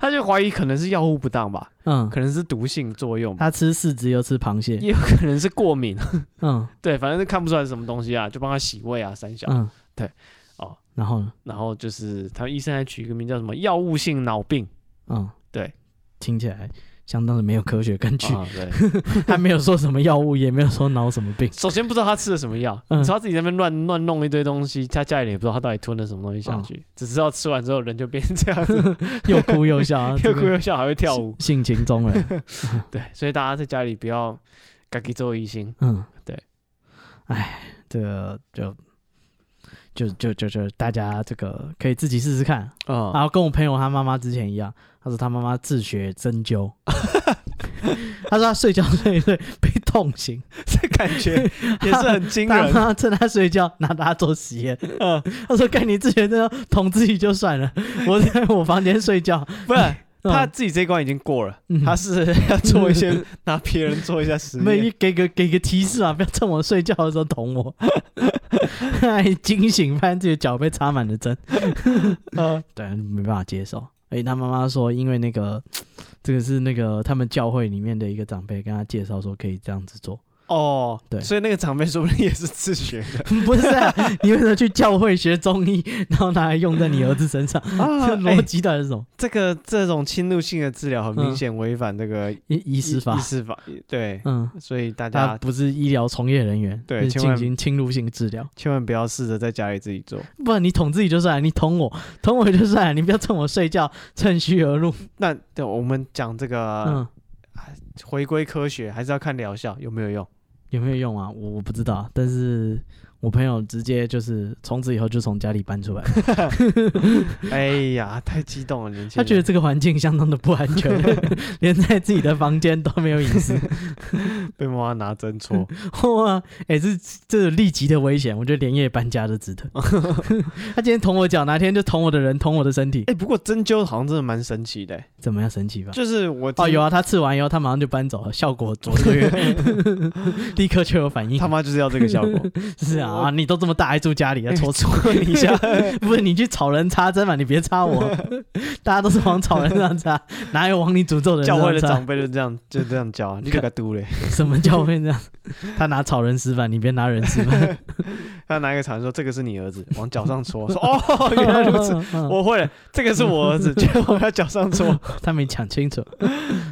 Speaker 1: 他就怀疑可能是药物不当吧，
Speaker 2: 嗯，
Speaker 1: 可能是毒性作用吧，
Speaker 2: 他吃柿子又吃螃蟹。
Speaker 1: 也有可能是过敏，啊
Speaker 2: 嗯
Speaker 1: 对，反正是看不出来是什么东西啊，就帮他洗胃啊，三小，
Speaker 2: 嗯，
Speaker 1: 对，哦，
Speaker 2: 然后呢？
Speaker 1: 然后就是他医生还取一个名叫什么药物性脑 病，
Speaker 2: 嗯，
Speaker 1: 对，
Speaker 2: 听起来相当的没有科学根据。
Speaker 1: 啊，对，
Speaker 2: 他没有说什么药物，也没有说脑什么 病。
Speaker 1: 首先不知道他吃了什么药，
Speaker 2: 嗯
Speaker 1: 你说他自己在那边乱乱弄一堆东西，他家里也不知道他到底吞了什么东西下
Speaker 2: 嗯
Speaker 1: 去，只知道吃完之后人就变成这样子。，
Speaker 2: 又哭又笑啊
Speaker 1: 又哭又笑，还会跳舞。
Speaker 2: 性情中 人。
Speaker 1: 对，所以大家在家里不要自己做疑心。
Speaker 2: 嗯，
Speaker 1: 对。
Speaker 2: 哎，这个就就就就就大家这个可以自己试试看。
Speaker 1: 啊
Speaker 2: 然后跟我朋友他妈妈之前一样，他说他妈妈自学针灸。 他说他睡觉睡一睡被痛醒，
Speaker 1: 这感觉也是很惊
Speaker 2: 他
Speaker 1: 人。
Speaker 2: 妈趁他睡觉拿他做实验。
Speaker 1: 嗯，
Speaker 2: 他说：“看你自学针灸捅自己就算了，我在我房间睡觉。
Speaker 1: 不是
Speaker 2: 嗯
Speaker 1: 他自己这一关已经过了，
Speaker 2: 嗯
Speaker 1: 他是 要做一些拿别人做一下实
Speaker 2: 没
Speaker 1: 验。
Speaker 2: 给个给个提示啊！不要趁我睡觉的时候捅我， 哎，惊醒发现自己脚被插满 了针，啊
Speaker 1: 嗯
Speaker 2: 对，没办法接受。哎，他妈妈说，因为那个这个是那个他们教会里面的一个长辈跟他介绍说可以这样子做，
Speaker 1: 哦，
Speaker 2: 对
Speaker 1: 所以那个长辈说不定也是自学 的
Speaker 2: 不是、啊？你为什么去教会学中医，然后拿来用在你儿子身上？
Speaker 1: 啊
Speaker 2: 这
Speaker 1: 哎
Speaker 2: 逻辑到底是什么？
Speaker 1: 这个这种侵入性的治疗很明
Speaker 2: 嗯
Speaker 1: 显违反这个医
Speaker 2: 医医师法
Speaker 1: 医，师法对，
Speaker 2: 嗯，
Speaker 1: 所以大
Speaker 2: 他
Speaker 1: 家
Speaker 2: 不是医疗从业人员，
Speaker 1: 对
Speaker 2: 是
Speaker 1: 千万
Speaker 2: 进行侵入性治疗。
Speaker 1: 千万不要试着在家里自己做。
Speaker 2: 不然你捅自己就算了，你捅我， 捅我就算了，你不要趁我睡觉趁虚而入。
Speaker 1: 那对我们讲这个
Speaker 2: 嗯，
Speaker 1: 回归科学，还是要看疗效有没有用。
Speaker 2: 有没有用啊？我我不知道，但是我朋友直接就是从此以后就从家里 搬出来，
Speaker 1: 哎呀，太激动了，年轻
Speaker 2: 他
Speaker 1: 人。
Speaker 2: 觉得这个环境相当的不安 全，连在自己的房间都没有隐私。
Speaker 1: 被妈妈拿针戳，
Speaker 2: 哇，哎、这这有立即的危险，我觉得连夜搬家都 值得。他今天捅我脚，哪天就捅我的人，捅我的身体，
Speaker 1: 哎、不过针灸好像真的蛮神奇 的、
Speaker 2: 怎么样神奇吧？
Speaker 1: 就是我
Speaker 2: 哦，有
Speaker 1: 啊，
Speaker 2: 啊，他刺完以后，他马上就搬走了，效果卓 越， 立刻就有反应
Speaker 1: 他。妈就是要这个效 果，
Speaker 2: 是啊，
Speaker 1: 我哎
Speaker 2: 啊你都这么大还住家里，要戳戳
Speaker 1: 戳你一 下，
Speaker 2: 不是你去草人插针嘛？你别插 我，大家都是往草人上插，哪有往你诅咒的人
Speaker 1: 教会的
Speaker 2: 上插
Speaker 1: 长辈就这样就这样 教啊，你这个嘟嘞，
Speaker 2: 什么教会这样？他拿草人吃饭，你别拿人吃饭。
Speaker 1: 他拿一个铲说这个是你儿子，往脚上戳， 说哦， 原来如此。
Speaker 2: 嗯 嗯
Speaker 1: 我会了，这个是我儿子，就往他脚上戳。
Speaker 2: 他没讲清楚。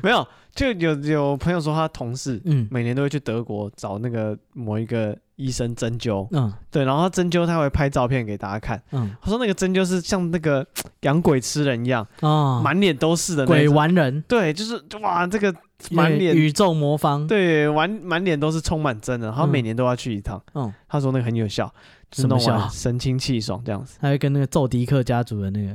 Speaker 1: 没有，就有有朋友说他同事
Speaker 2: 嗯
Speaker 1: 每年都会去德国找那个某一个医生针灸，
Speaker 2: 嗯
Speaker 1: 对，然后他针灸他会拍照片给大家看。
Speaker 2: 嗯
Speaker 1: 他说那个针灸是像那个养鬼吃人一样，
Speaker 2: 哦，
Speaker 1: 满脸都是的那
Speaker 2: 鬼
Speaker 1: 种
Speaker 2: 玩人，
Speaker 1: 对，就是哇，这个满脸
Speaker 2: 宇宙魔方，
Speaker 1: 对，满满脸都是充满针的，然后
Speaker 2: 嗯
Speaker 1: 每年都要去一趟。
Speaker 2: 嗯，
Speaker 1: 他说那个很有效，就是
Speaker 2: 怎么
Speaker 1: 弄
Speaker 2: 效
Speaker 1: 完神清气爽这样子，
Speaker 2: 他会跟那个宙迪克家族的那个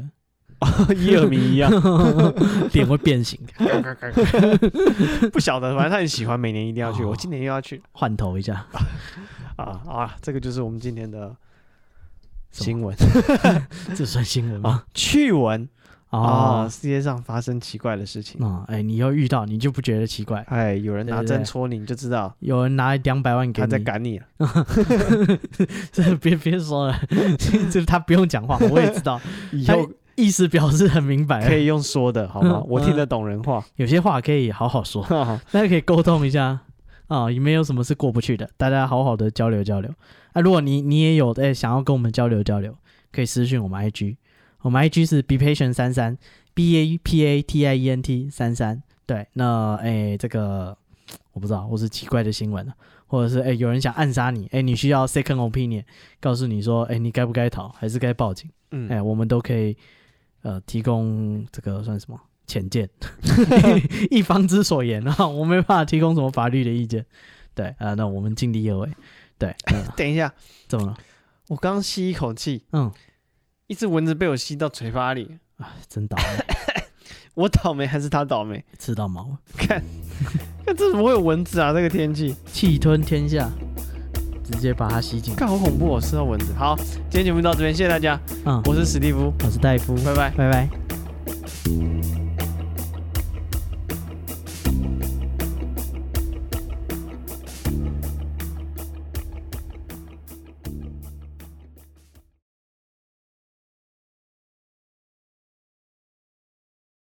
Speaker 1: 哦伊尔迷一样。
Speaker 2: 脸会变形，
Speaker 1: 不晓得，反正他很喜欢，每年一定要去。
Speaker 2: 哦
Speaker 1: 我今年又要去
Speaker 2: 换头一下。
Speaker 1: 啊啊！这个就是我们今天的
Speaker 2: 什么
Speaker 1: 新闻
Speaker 2: 这算新闻吗？
Speaker 1: 啊，趣闻啊，
Speaker 2: 哦，
Speaker 1: 世界上发生奇怪的事情。
Speaker 2: 那哎，你又遇到，你就不觉得奇怪？
Speaker 1: 哎，有人拿
Speaker 2: 对对
Speaker 1: 针
Speaker 2: 对
Speaker 1: 戳你，你就知道
Speaker 2: 有人拿两百万给
Speaker 1: 他
Speaker 2: 你，
Speaker 1: 在赶你了。
Speaker 2: 这别别说了，这他不用讲话，我也知道，
Speaker 1: 以
Speaker 2: 他
Speaker 1: 后
Speaker 2: 意思表示很明白
Speaker 1: 可
Speaker 2: 了。
Speaker 1: 以用说的好吗
Speaker 2: 哎嗯？
Speaker 1: 我听得懂人话。
Speaker 2: 有些话可以好好说，
Speaker 1: 哈 哈
Speaker 2: 大家可以沟通一下啊、也没有什么是过不去的，大家好好的交流交流。啊，如果你你也有哎、想要跟我们交流交流，可以私讯我们 IG，我们 IG 是 be patient 三三 b a p a t i e n t 三三。对，那哎、这个我不知道，我是奇怪的新闻啊或者是哎、有人想暗杀你，哎、你需要 second opinion，告诉你说哎、你该不该逃，还是该报警？哎、
Speaker 1: 嗯，
Speaker 2: 我们都可以呃提供这个算什么浅见，一方之所言啊，我没办法提供什么法律的意见。对啊、呃那我们尽力而为。对，呃
Speaker 1: 等一下，
Speaker 2: 怎么了？
Speaker 1: 我刚吸一口气，
Speaker 2: 嗯，
Speaker 1: 一只蚊子被我吸到嘴巴里，
Speaker 2: 真倒霉，
Speaker 1: 我倒霉还是他倒霉？
Speaker 2: 吃到毛，
Speaker 1: 看，看这怎么会有蚊子啊？这个天气，
Speaker 2: 气吞天下，直接把它吸进。
Speaker 1: 看好恐怖哦，我吃到蚊子。好，今天节目到这边，谢谢大家，
Speaker 2: 嗯，
Speaker 1: 我是史蒂夫，
Speaker 2: 我是戴夫，
Speaker 1: 拜拜。
Speaker 2: 拜拜。